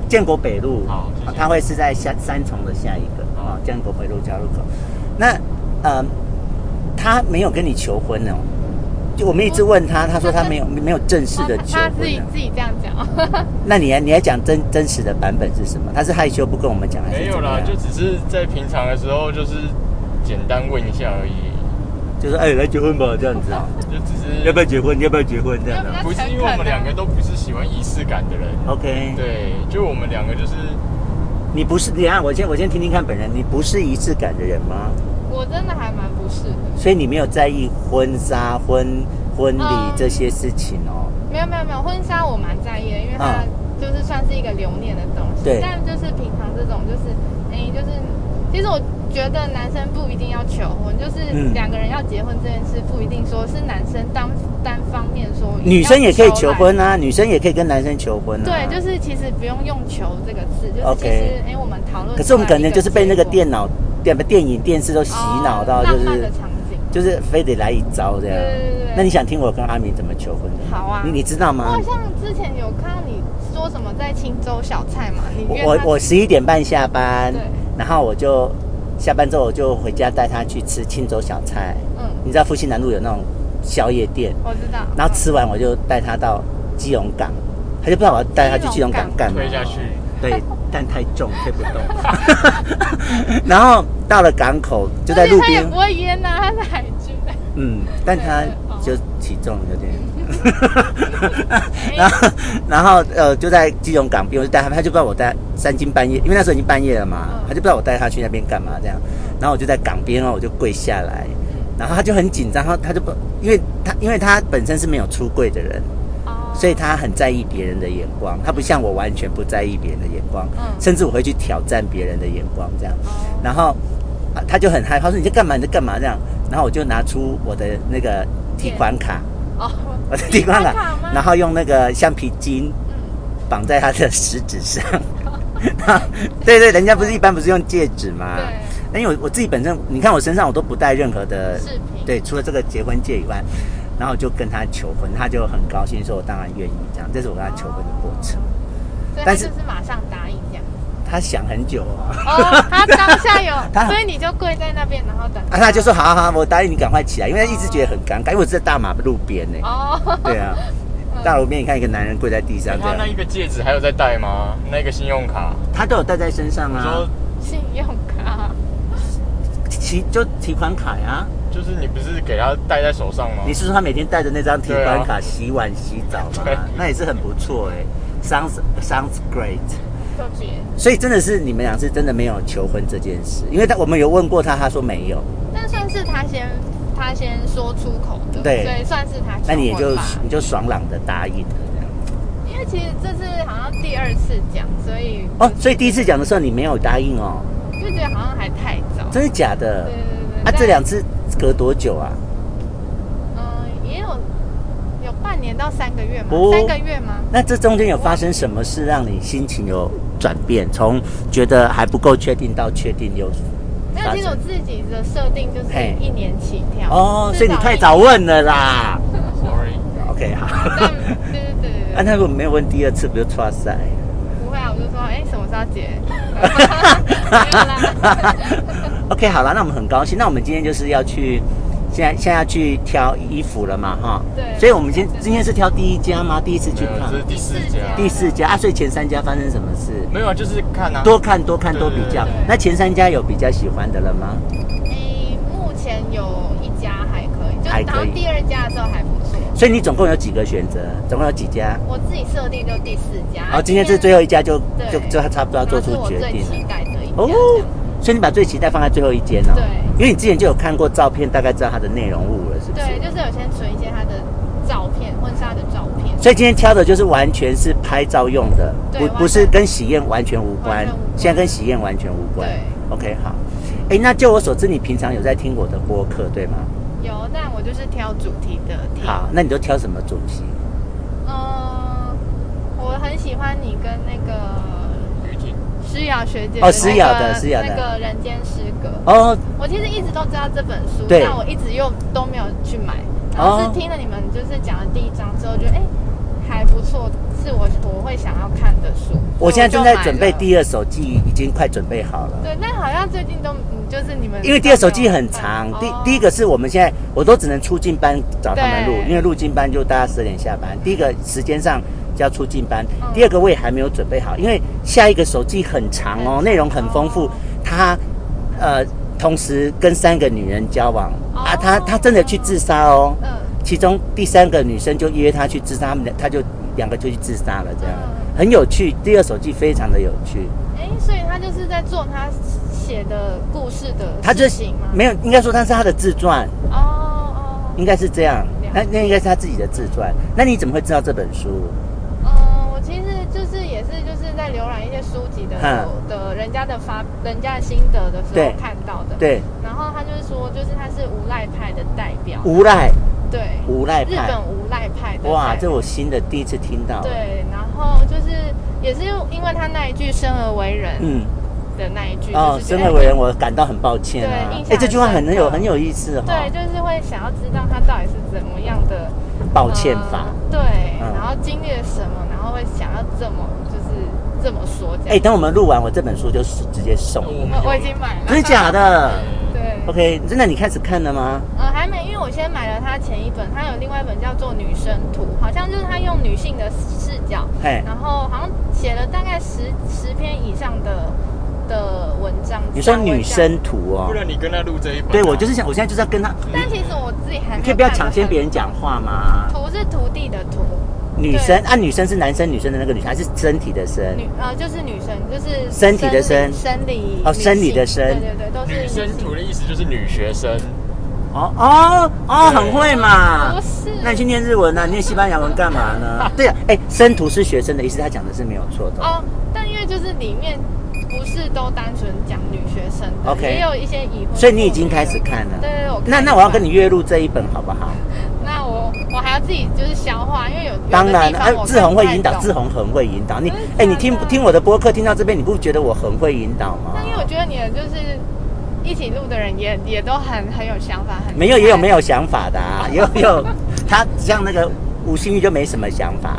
[SPEAKER 1] 建国北路，
[SPEAKER 3] 好谢谢
[SPEAKER 1] 哦它会是在下三重的下一个
[SPEAKER 3] 好
[SPEAKER 1] 哦，建国北路交路口。那呃，他没有跟你求婚哦，就我们一直问他，他说他没有没有正式的
[SPEAKER 2] 哦
[SPEAKER 1] 求
[SPEAKER 2] 他他自
[SPEAKER 1] 婚
[SPEAKER 2] 己
[SPEAKER 1] 啊、
[SPEAKER 2] 自己这样讲， *laughs*
[SPEAKER 1] 那你还你还讲真真实的版本是什么？他是害羞不跟我们讲，还是
[SPEAKER 3] 没有
[SPEAKER 1] 怎么
[SPEAKER 3] 啦，
[SPEAKER 1] 样
[SPEAKER 3] 就只是在平常的时候，就是简单问一下而已，
[SPEAKER 1] 就说哎、来结婚吧这样子哦，
[SPEAKER 3] 就只是
[SPEAKER 1] 要不要结婚？要不要结婚这样子
[SPEAKER 2] 要
[SPEAKER 1] 哦、
[SPEAKER 3] 不是因为我们两个都不是喜欢仪式感的人，
[SPEAKER 1] OK，
[SPEAKER 3] 对，就我们两个就是
[SPEAKER 1] 你不是你看我先我先听听看本人，你不是仪式感的人吗？
[SPEAKER 2] 我真的还蛮不适的。
[SPEAKER 1] 所以你没有在意婚纱、婚婚礼
[SPEAKER 2] 嗯
[SPEAKER 1] 这些事情哦。
[SPEAKER 2] 没有没有没有，婚纱我蛮在意的，因为它
[SPEAKER 1] 嗯
[SPEAKER 2] 就是算是一个留念的东西。
[SPEAKER 1] 对
[SPEAKER 2] 但就是平常这种，就是哎、就是其实我觉得男生不一定要求婚，就是
[SPEAKER 1] 嗯
[SPEAKER 2] 两个人要结婚这件事，不一定说是男生单单方面说。
[SPEAKER 1] 女生也可以求婚。啊，女生也可以跟男生求婚啊。
[SPEAKER 2] 对，就。是其实不用用“求”这个字，就是其
[SPEAKER 1] OK
[SPEAKER 2] 实哎、我们讨论出来一个结果。
[SPEAKER 1] 可是我们可能就是被那个电脑、电电影、电视都洗脑到，
[SPEAKER 2] 哦
[SPEAKER 1] 就
[SPEAKER 2] 浪漫的
[SPEAKER 1] 是
[SPEAKER 2] 场景。
[SPEAKER 1] 就是非得来一招这样
[SPEAKER 2] 对对对。
[SPEAKER 1] 那你想听我跟阿明怎么求婚的？
[SPEAKER 2] 好啊
[SPEAKER 1] 你你知道
[SPEAKER 2] 我
[SPEAKER 1] 吗
[SPEAKER 2] 好？像之前有看到你说什么在青州小菜嘛，你
[SPEAKER 1] 我
[SPEAKER 2] 约
[SPEAKER 1] 我
[SPEAKER 2] 他
[SPEAKER 1] 我十一点半下班
[SPEAKER 2] 对，
[SPEAKER 1] 然后我就下班之后我就回家带他去吃青州小菜。
[SPEAKER 2] 嗯，
[SPEAKER 1] 你知道复兴南路有那种宵夜店，
[SPEAKER 2] 我知道。
[SPEAKER 1] 然后
[SPEAKER 2] 嗯
[SPEAKER 1] 吃完我就带他到基隆港，他就不知道我要带他去基隆港干嘛
[SPEAKER 3] 推。下去，
[SPEAKER 1] 对，但太重推不
[SPEAKER 2] *laughs*
[SPEAKER 1] 动。然后到了港口，就在路
[SPEAKER 2] 而且他也
[SPEAKER 1] 边
[SPEAKER 2] 不，会淹呐、他是海军的。
[SPEAKER 1] 嗯，但他就体重有点。 *laughs* 然后，然后呃，就在基隆港边，我就带他，他就不知道我带三更半夜，因为那时候已经半夜了嘛，
[SPEAKER 2] 嗯
[SPEAKER 1] 他就不知道我带他去那边干嘛这样。然后我就在港边哦，我就跪下来，然后他就很紧张，他他就不，因为他因为他本身是没有出柜的人，
[SPEAKER 2] 哦
[SPEAKER 1] 所以他很在意别人的眼光，他不像我完全不在意别人的眼光，
[SPEAKER 2] 嗯
[SPEAKER 1] 甚至我会去挑战别人的眼光这样。
[SPEAKER 2] 哦
[SPEAKER 1] 然后啊他就很害怕，他说你在干嘛？你在干嘛？这样，然后我就拿出我的那个提款卡，
[SPEAKER 2] 哦，
[SPEAKER 1] 我的提款卡，
[SPEAKER 2] 提款卡吗
[SPEAKER 1] 然后用那个橡皮筋
[SPEAKER 2] 嗯，
[SPEAKER 1] 绑在他的食指
[SPEAKER 2] *laughs*
[SPEAKER 1] 上。然后对对，人家不是一般不是用戒指吗？
[SPEAKER 2] 对，
[SPEAKER 1] 因为我我自己本身，你看我身上我都不带任何的
[SPEAKER 2] 饰品
[SPEAKER 1] 对，除了这个结婚戒以外，然后就跟他求婚，他就很高兴，说我当然愿意这样，这是我跟他求婚的过程。
[SPEAKER 2] 所以他
[SPEAKER 1] 但
[SPEAKER 2] 就是是马上答应这
[SPEAKER 1] *laughs*
[SPEAKER 2] 样。
[SPEAKER 1] 他想很久啊、哦，
[SPEAKER 2] 哦，他当下有
[SPEAKER 1] *laughs* 他，
[SPEAKER 2] 所以你就跪在那边，然后等。
[SPEAKER 1] 啊，他就说好好好，我答应你赶快起来，因为他一直觉得很尴尬，因为我是在大马路边呢、 *laughs*
[SPEAKER 2] 哦，
[SPEAKER 1] 对啊，大路边你看一个男人跪在地上啊这
[SPEAKER 3] 哎他那
[SPEAKER 1] 样，
[SPEAKER 3] 一个戒指还有在戴吗？那个信用卡，
[SPEAKER 1] 他都有带在身上
[SPEAKER 3] 我
[SPEAKER 1] 啊
[SPEAKER 3] 说，
[SPEAKER 2] 信用卡，
[SPEAKER 1] 提就提款卡呀、
[SPEAKER 3] 就是你不是给他戴在手上吗
[SPEAKER 1] 你？是说他每天带着那张提款
[SPEAKER 3] 对
[SPEAKER 1] 卡洗碗洗澡吗
[SPEAKER 3] 对？啊
[SPEAKER 1] 那也是很不错哎、Sounds sounds great，
[SPEAKER 2] 特别。
[SPEAKER 1] 所以真的是你们俩是真的没有求婚这件事，因为他我们有问过他，他说没有，
[SPEAKER 2] 但算是他先，他先说出口的，
[SPEAKER 1] 对
[SPEAKER 2] 所以算是他求婚吧。
[SPEAKER 1] 那你也就你就爽朗的答应了这样。
[SPEAKER 2] 因为其实这是好像第二次讲，所以
[SPEAKER 1] 哦，所以第一次讲的时候你没有答应哦，
[SPEAKER 2] 就觉得好像还太早。
[SPEAKER 1] 真的假的？
[SPEAKER 2] 对对对
[SPEAKER 1] 啊，
[SPEAKER 2] 但
[SPEAKER 1] 这两次隔多久啊？
[SPEAKER 2] 嗯，也有有半年到三个月吗？
[SPEAKER 1] 哦
[SPEAKER 2] 三个月吗？
[SPEAKER 1] 那这中间有发生什么事让你心情有转变？从觉得还不够确定到确定有
[SPEAKER 2] 没有，其实我自己的设定就是
[SPEAKER 1] 嘿
[SPEAKER 2] 一年起跳。
[SPEAKER 1] 哦，
[SPEAKER 2] 至
[SPEAKER 1] 所以你
[SPEAKER 2] 少
[SPEAKER 1] 太
[SPEAKER 2] 一
[SPEAKER 1] 早。问了啦。
[SPEAKER 3] ，sorry，
[SPEAKER 1] OK，好。 *laughs*
[SPEAKER 2] 但对对对对
[SPEAKER 1] 啊，
[SPEAKER 2] 对，
[SPEAKER 1] 那如果没有问第二次，不就抓塞？ *laughs*
[SPEAKER 2] 不会啊，我就说，哎，什么时候结？没有啦。
[SPEAKER 1] OK，好了，那我们很高兴。那我们今天就是要去，现在现在要去挑衣服了嘛，哈。
[SPEAKER 2] 对
[SPEAKER 1] 所以我们今天
[SPEAKER 2] 对
[SPEAKER 1] 今天是挑第一家吗？第一次
[SPEAKER 3] 没
[SPEAKER 1] 去
[SPEAKER 3] 有，
[SPEAKER 1] 看
[SPEAKER 3] 这是第四家，
[SPEAKER 1] 第四家啊，所以前三家发生什么事？
[SPEAKER 3] 没有，就是看啊，
[SPEAKER 1] 多看多看多比较
[SPEAKER 2] 对对对。
[SPEAKER 1] 那前三家有比较喜欢的了吗？
[SPEAKER 2] 哎，目前有一家还可以，就
[SPEAKER 1] 还可以
[SPEAKER 2] 然后第二家的时候还不错。
[SPEAKER 1] 所以你总共有几个选择？总共有几家？
[SPEAKER 2] 我自己设定就第四家。
[SPEAKER 1] 好，哦今天是最后一家就
[SPEAKER 2] 对
[SPEAKER 1] 就就差不多要做出决
[SPEAKER 2] 然后是我最
[SPEAKER 1] 定
[SPEAKER 2] 期
[SPEAKER 1] 了。
[SPEAKER 2] 待的一家。
[SPEAKER 1] 哦
[SPEAKER 2] 这样，
[SPEAKER 1] 所以你把最期待放在最后一间哦。
[SPEAKER 2] 对
[SPEAKER 1] 因为你之前就有看过照片，大概知道它的内容物了，是不是？
[SPEAKER 2] 对，就是有先存一些他的照片，婚纱的照片。
[SPEAKER 1] 所以今天挑的就是完全是拍照用的，
[SPEAKER 2] 对
[SPEAKER 1] 不
[SPEAKER 2] 完全
[SPEAKER 1] 不是跟喜宴完全无关
[SPEAKER 2] 完全无关，
[SPEAKER 1] 现在跟喜宴完全无关
[SPEAKER 2] 对。
[SPEAKER 1] OK，好。哎，那就我所知，你平常有在听我的播客对吗？
[SPEAKER 2] 有，但我就是挑主题的听。
[SPEAKER 1] 好，那你都挑什么主题？
[SPEAKER 2] 嗯，我很喜欢你跟那个
[SPEAKER 3] 雨婷，
[SPEAKER 2] 诗雅学姐
[SPEAKER 1] 哦
[SPEAKER 2] 那个
[SPEAKER 1] 诗雅的诗雅的
[SPEAKER 2] 那个《人间失格》。
[SPEAKER 1] 哦，
[SPEAKER 2] 我其实一直都知道这本书，
[SPEAKER 1] 对
[SPEAKER 2] 但我一直又都没有去买。然
[SPEAKER 1] 哦
[SPEAKER 2] 后是听了你们就是讲了第一章之后，觉得哎、还不错，是我我会想要看的书。
[SPEAKER 1] 我现在正在准备
[SPEAKER 2] 一。
[SPEAKER 1] 第二手机，已经快准备好了。
[SPEAKER 2] 对，但好像最近都嗯就是你们
[SPEAKER 1] 因为第二手机很长，第第一
[SPEAKER 2] 个
[SPEAKER 1] 个是我们现在我都只能出进班找他们录，
[SPEAKER 2] 对
[SPEAKER 1] 因为入进班就大家十点下班。第一个时间上就要出进班，
[SPEAKER 2] 嗯
[SPEAKER 1] 第二个我也还没有准备好，因为下一个手机很长哦，
[SPEAKER 2] 很长
[SPEAKER 1] 内容很丰富
[SPEAKER 2] 哦，
[SPEAKER 1] 他呃同时跟三个女人交往、
[SPEAKER 2] 哦
[SPEAKER 1] 啊，他他真的去自杀哦，
[SPEAKER 2] 嗯
[SPEAKER 1] 其中第三个女生就约他去自杀，他们俩他就两个就去自杀了，这样、
[SPEAKER 2] 嗯
[SPEAKER 1] 很有趣。第二手机非常的有趣。
[SPEAKER 2] 哎、所以他就是在做他写的故事的
[SPEAKER 1] 他就
[SPEAKER 2] 事情吗？
[SPEAKER 1] 没有，嗯应该说他是他的自传，
[SPEAKER 2] 哦哦，
[SPEAKER 1] 应该是这样
[SPEAKER 2] 了解，
[SPEAKER 1] 那那应该是他自己的自传。那你怎么会知道这本书？
[SPEAKER 2] 嗯、我其实就是也是就是在浏览一些书籍的时候的人家的发人家的心得的时
[SPEAKER 1] 对
[SPEAKER 2] 候看到的，，
[SPEAKER 1] 对，
[SPEAKER 2] 然后他就是说就是他是无赖派的代表，
[SPEAKER 1] 无赖，
[SPEAKER 2] 对，
[SPEAKER 1] 无赖
[SPEAKER 2] 日
[SPEAKER 1] 派
[SPEAKER 2] 本，无赖派的代表，
[SPEAKER 1] 哇，这我新的第一次听到。，
[SPEAKER 2] 对，然后就是也是因为他那一句生而为人，
[SPEAKER 1] 嗯，
[SPEAKER 2] 的那一句，
[SPEAKER 1] 哦，
[SPEAKER 2] 就是觉
[SPEAKER 1] 身
[SPEAKER 2] 得哎
[SPEAKER 1] 为为人，我感到很抱歉啊
[SPEAKER 2] 对印。象
[SPEAKER 1] 哎，这句话很
[SPEAKER 2] 很深
[SPEAKER 1] 有
[SPEAKER 2] 刻
[SPEAKER 1] 很有意思哈
[SPEAKER 2] 对，，就是会想要知道他到底是怎么样的
[SPEAKER 1] 抱歉法。
[SPEAKER 2] 呃对，
[SPEAKER 1] 嗯
[SPEAKER 2] 然后经历了什么，然后会想要这么就是这么说这样。
[SPEAKER 1] 哎，等我们录完，我这本书就直接送你，
[SPEAKER 3] 哦我们
[SPEAKER 2] 我我已经买了，
[SPEAKER 1] 真的假的
[SPEAKER 2] *laughs* 对
[SPEAKER 1] ？OK，真的你开始看了吗？
[SPEAKER 2] 呃，还没，因为我先买了他前一本，他有另外一本叫做《女生图》，好像就是他用女性的视角，
[SPEAKER 1] 嘿，
[SPEAKER 2] 然后好像写了大概十十篇以上的的文章。
[SPEAKER 1] 你说
[SPEAKER 2] 散文
[SPEAKER 1] 女
[SPEAKER 2] 这样
[SPEAKER 1] 生图
[SPEAKER 3] 不
[SPEAKER 1] 哦？
[SPEAKER 3] 然你跟他录这一本啊，
[SPEAKER 1] 对，我就是想，我现在就是要跟他，
[SPEAKER 2] 但其实我自己还没有
[SPEAKER 1] 你可以不要
[SPEAKER 2] 看得
[SPEAKER 1] 抢先
[SPEAKER 2] 很
[SPEAKER 1] 别人讲话吗？
[SPEAKER 2] 图是徒弟的徒，
[SPEAKER 1] 女生啊，女生是男生女生的那个女生，还是身体的身？
[SPEAKER 2] 女呃就是女生，就是
[SPEAKER 1] 身体的身
[SPEAKER 2] 生理
[SPEAKER 1] 哦
[SPEAKER 2] 女性
[SPEAKER 1] 生理的生
[SPEAKER 2] 对对对，都是
[SPEAKER 3] 女生
[SPEAKER 2] 性
[SPEAKER 3] 图的意思就是女学生，
[SPEAKER 1] 哦哦哦，很会嘛！
[SPEAKER 2] 不是
[SPEAKER 1] 那你去念日文呢、啊？你念西班牙文干嘛
[SPEAKER 2] *laughs*
[SPEAKER 1] 呢？对啊，哎，生徒是学生的意思，他讲的是没有错的。
[SPEAKER 2] 哦，但因为就是里面不是都单纯讲女学生的
[SPEAKER 1] OK
[SPEAKER 2] 也有一些已婚，
[SPEAKER 1] 所以你已经开始看了
[SPEAKER 2] 对对对，我看
[SPEAKER 1] 那
[SPEAKER 2] 一
[SPEAKER 1] 那我要
[SPEAKER 2] 半
[SPEAKER 1] 跟你，月入这一本好不好？
[SPEAKER 2] 那我我还要自己就是消化，因为有
[SPEAKER 1] 当然，
[SPEAKER 2] 哎
[SPEAKER 1] 哎，，志宏会引导，志
[SPEAKER 2] 自。
[SPEAKER 1] 宏很会引导你
[SPEAKER 2] 真的。
[SPEAKER 1] 哎，你听
[SPEAKER 2] 假的
[SPEAKER 1] 听我的播客听到这边，你不觉得我很会引导吗
[SPEAKER 2] 但？因为我觉得你的就是一起录的人也也都很很有想法，很
[SPEAKER 1] 没有，也有没
[SPEAKER 2] 有，
[SPEAKER 1] 有想法的
[SPEAKER 2] *laughs*
[SPEAKER 1] 啊，也有也有。他像那个吴心玉就没什么想
[SPEAKER 2] *laughs*
[SPEAKER 1] 法。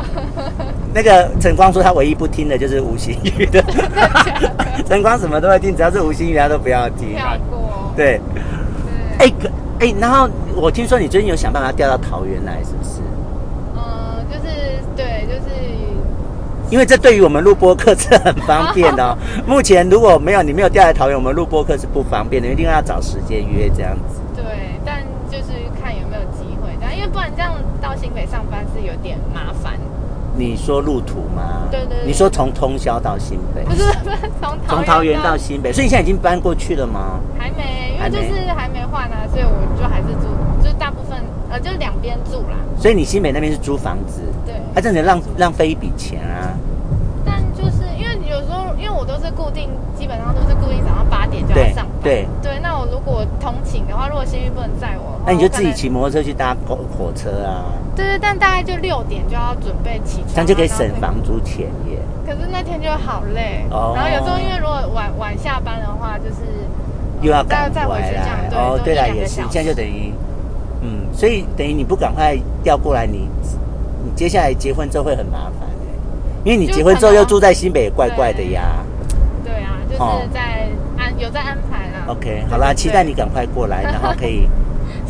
[SPEAKER 1] 那个陈光说他唯一不听的就是吴心玉的， *laughs* 陈光什么都会听，只要是吴心玉他都不要听。
[SPEAKER 2] 跳过，
[SPEAKER 1] 对，
[SPEAKER 2] 对
[SPEAKER 1] 哎、可哎、然后我听说你最近有想办法调到桃园来，是不是？
[SPEAKER 2] 嗯，就是对，就是
[SPEAKER 1] 因为这对于我们录播客是很方便
[SPEAKER 2] *laughs*
[SPEAKER 1] 的、哦。目前如果没有你没有调来桃园，我们录播客是不方便的，一定要找时间约这样子。
[SPEAKER 2] 对，但就是看有没有机会，但因为不然这样到新北上班是有点麻烦，
[SPEAKER 1] 你说路途吗？
[SPEAKER 2] 对对对
[SPEAKER 1] 你说从通宵到新北
[SPEAKER 2] 不，是从桃
[SPEAKER 1] 从桃园到新北，所以你现在已经搬过去了吗？
[SPEAKER 2] 还没，因
[SPEAKER 1] 还
[SPEAKER 2] 为
[SPEAKER 1] 没
[SPEAKER 2] 就是还没换啊，所以我就还是住，就是大部分呃就是两边住啦，
[SPEAKER 1] 所以你新北那边是租房子，
[SPEAKER 2] 对，
[SPEAKER 1] 它真的浪浪费一笔钱啊。
[SPEAKER 2] 但就是因为有时候因为我都是固定，基本上都是固定早上八点就要
[SPEAKER 1] 对
[SPEAKER 2] 上班。
[SPEAKER 1] 对
[SPEAKER 2] 那我如果通勤的话，如果新运不能载我的话，
[SPEAKER 1] 那你就
[SPEAKER 2] 我可
[SPEAKER 1] 自己
[SPEAKER 2] 能
[SPEAKER 1] 骑。摩托车去搭火火车啊，
[SPEAKER 2] 对对，但大概就六点就要准备起床，
[SPEAKER 1] 这样就可以
[SPEAKER 2] 然后
[SPEAKER 1] 省房租钱耶。
[SPEAKER 2] 可是那天就好累，
[SPEAKER 1] 哦
[SPEAKER 2] 然后有时候因为如果晚晚下班的话，就是呃
[SPEAKER 1] 又要
[SPEAKER 2] 再
[SPEAKER 1] 赶
[SPEAKER 2] 再回去
[SPEAKER 1] 回
[SPEAKER 2] 这样
[SPEAKER 1] 来，，
[SPEAKER 2] 对，
[SPEAKER 1] 哦，
[SPEAKER 2] 都
[SPEAKER 1] 对
[SPEAKER 2] 一
[SPEAKER 1] 啦，
[SPEAKER 2] 两个
[SPEAKER 1] 也是
[SPEAKER 2] 小，
[SPEAKER 1] 这样就
[SPEAKER 2] 时
[SPEAKER 1] 等于，嗯，所以等于你不赶快调过来，你你接下来结婚之后会很麻烦欸因为你
[SPEAKER 2] 就
[SPEAKER 1] 结婚之后
[SPEAKER 2] 可能
[SPEAKER 1] 又住在新北，怪怪的呀。
[SPEAKER 2] 对啊，就
[SPEAKER 1] 哦
[SPEAKER 2] 是在安、有在安排啦。
[SPEAKER 1] OK，
[SPEAKER 2] 对
[SPEAKER 1] 好啦，
[SPEAKER 2] 对
[SPEAKER 1] 期待你赶快过来，然后可以，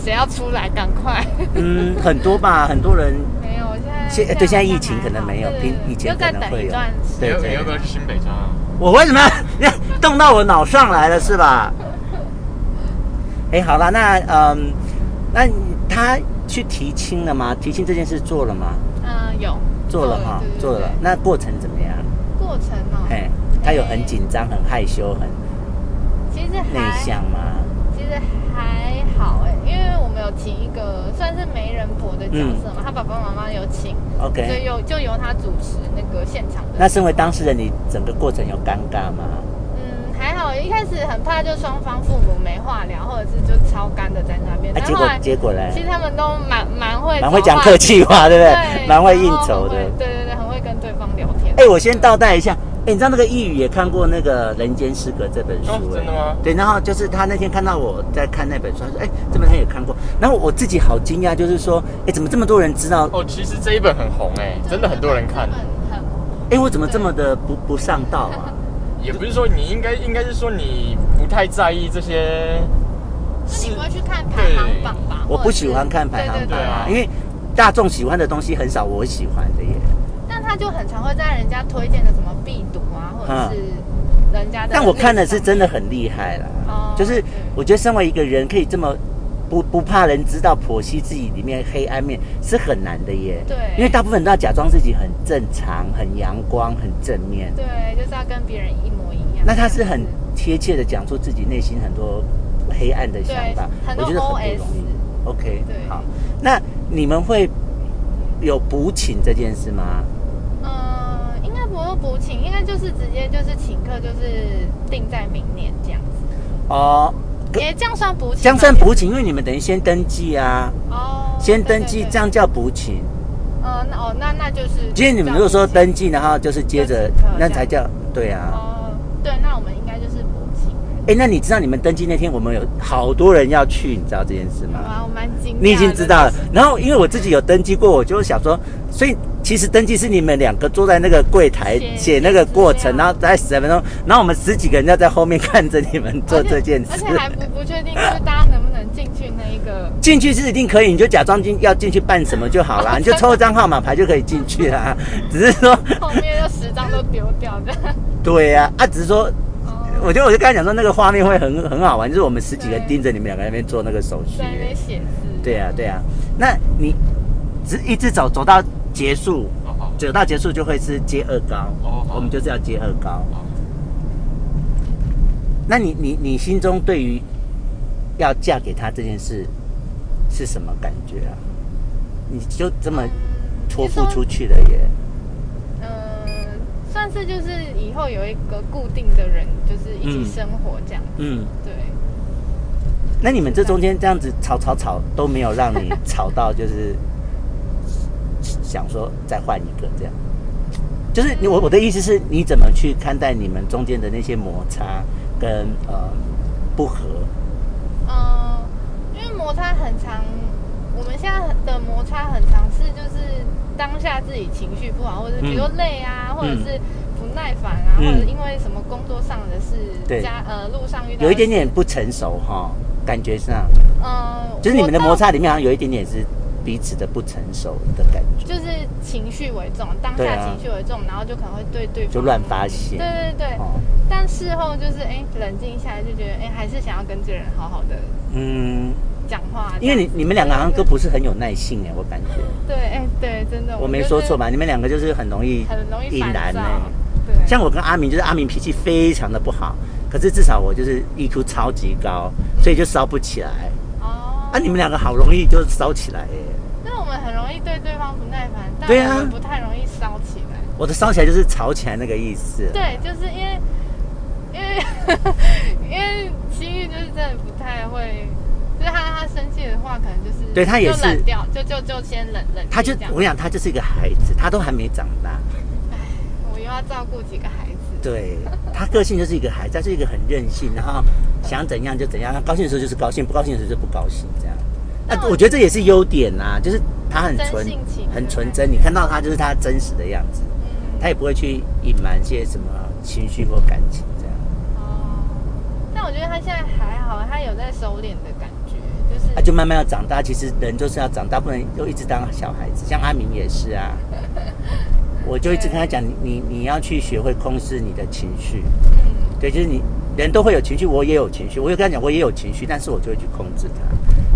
[SPEAKER 2] 谁要出来，赶快。 *laughs*
[SPEAKER 1] 嗯，很多吧，很多人
[SPEAKER 2] 没有，我现在
[SPEAKER 1] 现呃
[SPEAKER 2] 这样
[SPEAKER 1] 对现在疫
[SPEAKER 2] 好像
[SPEAKER 1] 情
[SPEAKER 2] 还
[SPEAKER 1] 可能
[SPEAKER 2] 好
[SPEAKER 1] 没有
[SPEAKER 2] 对
[SPEAKER 1] 平
[SPEAKER 2] 对对
[SPEAKER 1] 以前
[SPEAKER 2] 就再
[SPEAKER 1] 可能
[SPEAKER 2] 等
[SPEAKER 1] 会
[SPEAKER 2] 一
[SPEAKER 1] 有
[SPEAKER 2] 段时
[SPEAKER 1] 对
[SPEAKER 2] 间。
[SPEAKER 3] 你要
[SPEAKER 1] 对
[SPEAKER 3] 你要不要去新北站啊？
[SPEAKER 1] 我为什么 *laughs* 要动到我脑上来了是吧？哎，好啦，那嗯，那他去提亲了吗？提亲这件事做了吗？
[SPEAKER 2] 嗯，有
[SPEAKER 1] 做了哈，做了。。那过程怎么样？
[SPEAKER 2] 对对对过程哦，
[SPEAKER 1] 哎，他有很紧张、很害羞、很
[SPEAKER 2] 其实
[SPEAKER 1] 内
[SPEAKER 2] 还
[SPEAKER 1] 向吗？
[SPEAKER 2] 其实还好哎，因为我们有请一个算是媒人婆的角色
[SPEAKER 1] 嗯
[SPEAKER 2] 嘛，他爸爸妈妈有请，所
[SPEAKER 1] OK，
[SPEAKER 2] 以由就由他主持那个现场的。
[SPEAKER 1] 那身为当事人，你整个过程有尴尬吗？
[SPEAKER 2] 嗯，还好，一开始很怕，就双方父母没话聊，或者是就超干的在那边。
[SPEAKER 1] 啊，
[SPEAKER 2] 但
[SPEAKER 1] 结
[SPEAKER 2] 后
[SPEAKER 1] 果
[SPEAKER 2] 来
[SPEAKER 1] 结果嘞
[SPEAKER 2] 其，实他们都蛮蛮会
[SPEAKER 1] 蛮会
[SPEAKER 2] 找
[SPEAKER 1] 讲
[SPEAKER 2] 话
[SPEAKER 1] 客气话，对不
[SPEAKER 2] 对，
[SPEAKER 1] 对？蛮会应
[SPEAKER 2] 然后
[SPEAKER 1] 酬
[SPEAKER 2] 很
[SPEAKER 1] 的
[SPEAKER 2] 会。对对对，很会跟对方聊天。
[SPEAKER 1] 哎，我先倒带一下。哎，你知道那个易宇也看过那个《人间失格》这本书
[SPEAKER 3] 哦？
[SPEAKER 1] 哎
[SPEAKER 3] 真的吗
[SPEAKER 1] 对，然后就是他那天看到我在看那本书，他说：“哎，这本他也看过。”然后我自己好惊讶，就是说：“哎，怎么这么多人知道？
[SPEAKER 3] 哦，其实这一本很红哎、
[SPEAKER 2] 对
[SPEAKER 3] 真的很多人看
[SPEAKER 2] 这。本很
[SPEAKER 1] 哎，我怎么这么的不不上道啊？”
[SPEAKER 3] 也不是说你应该，应该是说你不太在意这些
[SPEAKER 2] 那你
[SPEAKER 3] 事
[SPEAKER 2] 不会去看排行榜吧？
[SPEAKER 1] 我
[SPEAKER 2] 或者
[SPEAKER 1] 不
[SPEAKER 2] 是
[SPEAKER 1] 喜欢看排行
[SPEAKER 2] 对
[SPEAKER 1] 榜
[SPEAKER 2] 对
[SPEAKER 1] 啊，
[SPEAKER 3] 对对对
[SPEAKER 1] 因为大众喜欢的东西很少我喜欢的耶。
[SPEAKER 2] 对但他就很常会在人家推荐的什么必读啊，或者是人家的。
[SPEAKER 1] 嗯但我看的是真的。很厉害啦
[SPEAKER 2] 哦，
[SPEAKER 1] 就是
[SPEAKER 2] 对
[SPEAKER 1] 我觉得身为一个人可以这么不不怕人知道剖析自己里面黑暗面是很难的耶。
[SPEAKER 2] 对
[SPEAKER 1] 因为大部分人都要假装自己很正常、很阳光、很正面。
[SPEAKER 2] 对，就是要跟别人一模一样。
[SPEAKER 1] 那他是很贴切的讲出自己内心很多黑暗的想
[SPEAKER 2] 对
[SPEAKER 1] 法，，
[SPEAKER 2] 很
[SPEAKER 1] 我
[SPEAKER 2] 多
[SPEAKER 1] 觉得很
[SPEAKER 2] OS
[SPEAKER 1] 不容易。OK，
[SPEAKER 2] 对
[SPEAKER 1] 好，那你们会有补请这件事吗？
[SPEAKER 2] 嗯，应该不用补请，应该就是直接就是请客，就是定在明年这样子。
[SPEAKER 1] 哦，可
[SPEAKER 2] 也这样算补请吗，
[SPEAKER 1] 这样算补请，因为你们等于先登记啊，
[SPEAKER 2] 哦，
[SPEAKER 1] 先登记，
[SPEAKER 2] 对
[SPEAKER 1] 这。样叫补请。
[SPEAKER 2] 对对嗯，那哦，那那就是。
[SPEAKER 1] 今天你们如果说登记，然后就是接着
[SPEAKER 2] 就请客，
[SPEAKER 1] 那才叫对啊。
[SPEAKER 2] 哦，对，那我们应该就是补请。
[SPEAKER 1] 哎，那你知道你们登记那天我们有好多人要去，你知道这件事吗？
[SPEAKER 2] 哇，我蛮惊讶的。
[SPEAKER 1] 你已经知道了。然后因为我自己有登记过，我就想说，所以其实登记是你们两个坐在那个柜台
[SPEAKER 2] 写
[SPEAKER 1] 写那个过程，
[SPEAKER 2] 资料
[SPEAKER 1] 然后大概十来分钟，然后我们十几个人要在后面看着你们做这件
[SPEAKER 2] 哦而
[SPEAKER 1] 事
[SPEAKER 2] 且。而且还不不确定，就是大家能不能进去那一个。
[SPEAKER 1] 进去是一定可以，你就假装进要进去办什么就好 *laughs* 啦，你就抽一张号码牌就可以进去啦。 *laughs* 只是说，
[SPEAKER 2] 后面就十张都丢
[SPEAKER 1] *laughs*
[SPEAKER 2] 掉的。
[SPEAKER 1] 对呀、啊，只是说，
[SPEAKER 2] 哦，
[SPEAKER 1] 我觉得我就刚才讲说那个画面会很很好玩，就是我们十几个人
[SPEAKER 2] 对
[SPEAKER 1] 盯着你们两个人在那边做那个手续
[SPEAKER 2] 在。那边写字。
[SPEAKER 1] 对呀、对啊呀、那你只一直走走到结束，
[SPEAKER 3] 哦好
[SPEAKER 1] 走到结束就会是接二高，
[SPEAKER 3] 哦好
[SPEAKER 1] 我们就是要接二高。
[SPEAKER 3] 好
[SPEAKER 1] 那你你你心中对于要嫁给他这件事是什么感觉啊？你就这么
[SPEAKER 2] 嗯
[SPEAKER 1] 托
[SPEAKER 2] 你
[SPEAKER 1] 付
[SPEAKER 2] 说
[SPEAKER 1] 出去了耶？
[SPEAKER 2] 嗯，算是就是以后有一个固定的人，就是一起生活这样。
[SPEAKER 1] 嗯，
[SPEAKER 2] 对，
[SPEAKER 1] 那你们这中间这样子吵吵吵都没有让你吵到，就是想说再换一个这样。就是你我我的意思是，你怎么去看待你们中间的那些摩擦跟呃不和？
[SPEAKER 2] 嗯，因为摩擦很长，我们现在的摩擦很长是就是当下自己情绪不好，或者是比如说累啊，或者是不耐烦啊，
[SPEAKER 1] 嗯
[SPEAKER 2] 或者因为什么工作上的
[SPEAKER 1] 对
[SPEAKER 2] 事，家呃路上遇到的
[SPEAKER 1] 有一点点
[SPEAKER 2] 事，
[SPEAKER 1] 不成熟哈、感觉上
[SPEAKER 2] 嗯，
[SPEAKER 1] 就是你们的
[SPEAKER 2] 我倒
[SPEAKER 1] 摩，擦里面好像有一点点是彼此的不成熟的感觉。
[SPEAKER 2] 就是情绪为重，当
[SPEAKER 1] 对
[SPEAKER 2] 下
[SPEAKER 1] 啊
[SPEAKER 2] 情绪为重，然后就可能会对对方
[SPEAKER 1] 就乱发泄
[SPEAKER 2] 对对对，
[SPEAKER 1] 哦，
[SPEAKER 2] 但事后就是哎、冷静下来就觉得哎、还是想要跟这个人好好的
[SPEAKER 1] 嗯，
[SPEAKER 2] 讲话，
[SPEAKER 1] 因为你你们两个好像都不是很有耐性哎，我感觉
[SPEAKER 2] 对哎、对真的
[SPEAKER 1] 我没
[SPEAKER 2] 就是
[SPEAKER 1] 说错吧？你们两个就是很容易
[SPEAKER 2] 很容易
[SPEAKER 1] 引
[SPEAKER 2] 烦
[SPEAKER 1] 燃
[SPEAKER 2] 躁
[SPEAKER 1] 哎。，
[SPEAKER 2] 对，
[SPEAKER 1] 像我跟阿明，就是阿明脾气非常的不好，可是至少我就是 EQ 超级高，所以就烧不起来。
[SPEAKER 2] 哦，
[SPEAKER 1] 啊，你们两个好容易就烧起来哎，
[SPEAKER 2] 那我们很容易对对方不耐烦，但
[SPEAKER 1] 对啊
[SPEAKER 2] 我们不太容易烧起来。
[SPEAKER 1] 我的烧起来就是吵起来那个意思。
[SPEAKER 2] 对，就是因为因为因为真的不太会，就是他他生气的话，可能就是
[SPEAKER 1] 对他也是
[SPEAKER 2] 就冷掉，就就就先冷冷静
[SPEAKER 1] 他就
[SPEAKER 2] 这样
[SPEAKER 1] 我跟你讲，他就是一个孩子，他都还没长大，
[SPEAKER 2] 我又要照顾几个孩子，
[SPEAKER 1] 对他个性就是一个孩子，他是一个很任性，然后想怎样就怎样，高兴的时候就是高兴，不高兴的时候就不高兴，这样。
[SPEAKER 2] 那
[SPEAKER 1] 啊，
[SPEAKER 2] 我
[SPEAKER 1] 我觉得这也是优点呐、啊，就是他很纯
[SPEAKER 2] 真性情，
[SPEAKER 1] 很纯
[SPEAKER 2] 对
[SPEAKER 1] 真，你看到他就是他真实的样子，
[SPEAKER 2] 嗯
[SPEAKER 1] 他也不会去隐瞒些什么情绪或感情这样。
[SPEAKER 2] 哦，但我觉得他现在还好，他有在收敛的感觉，就是
[SPEAKER 1] 啊他就慢慢要长大。其实人就是要长大，不能就一直当小孩子。像阿明也是啊，我就一直跟他讲，你你你要去学会控制你的情绪。
[SPEAKER 2] 嗯
[SPEAKER 1] 对，就是你人都会有情绪，我也有情绪。我有跟他讲，我也有情绪，但是我就会去控制它。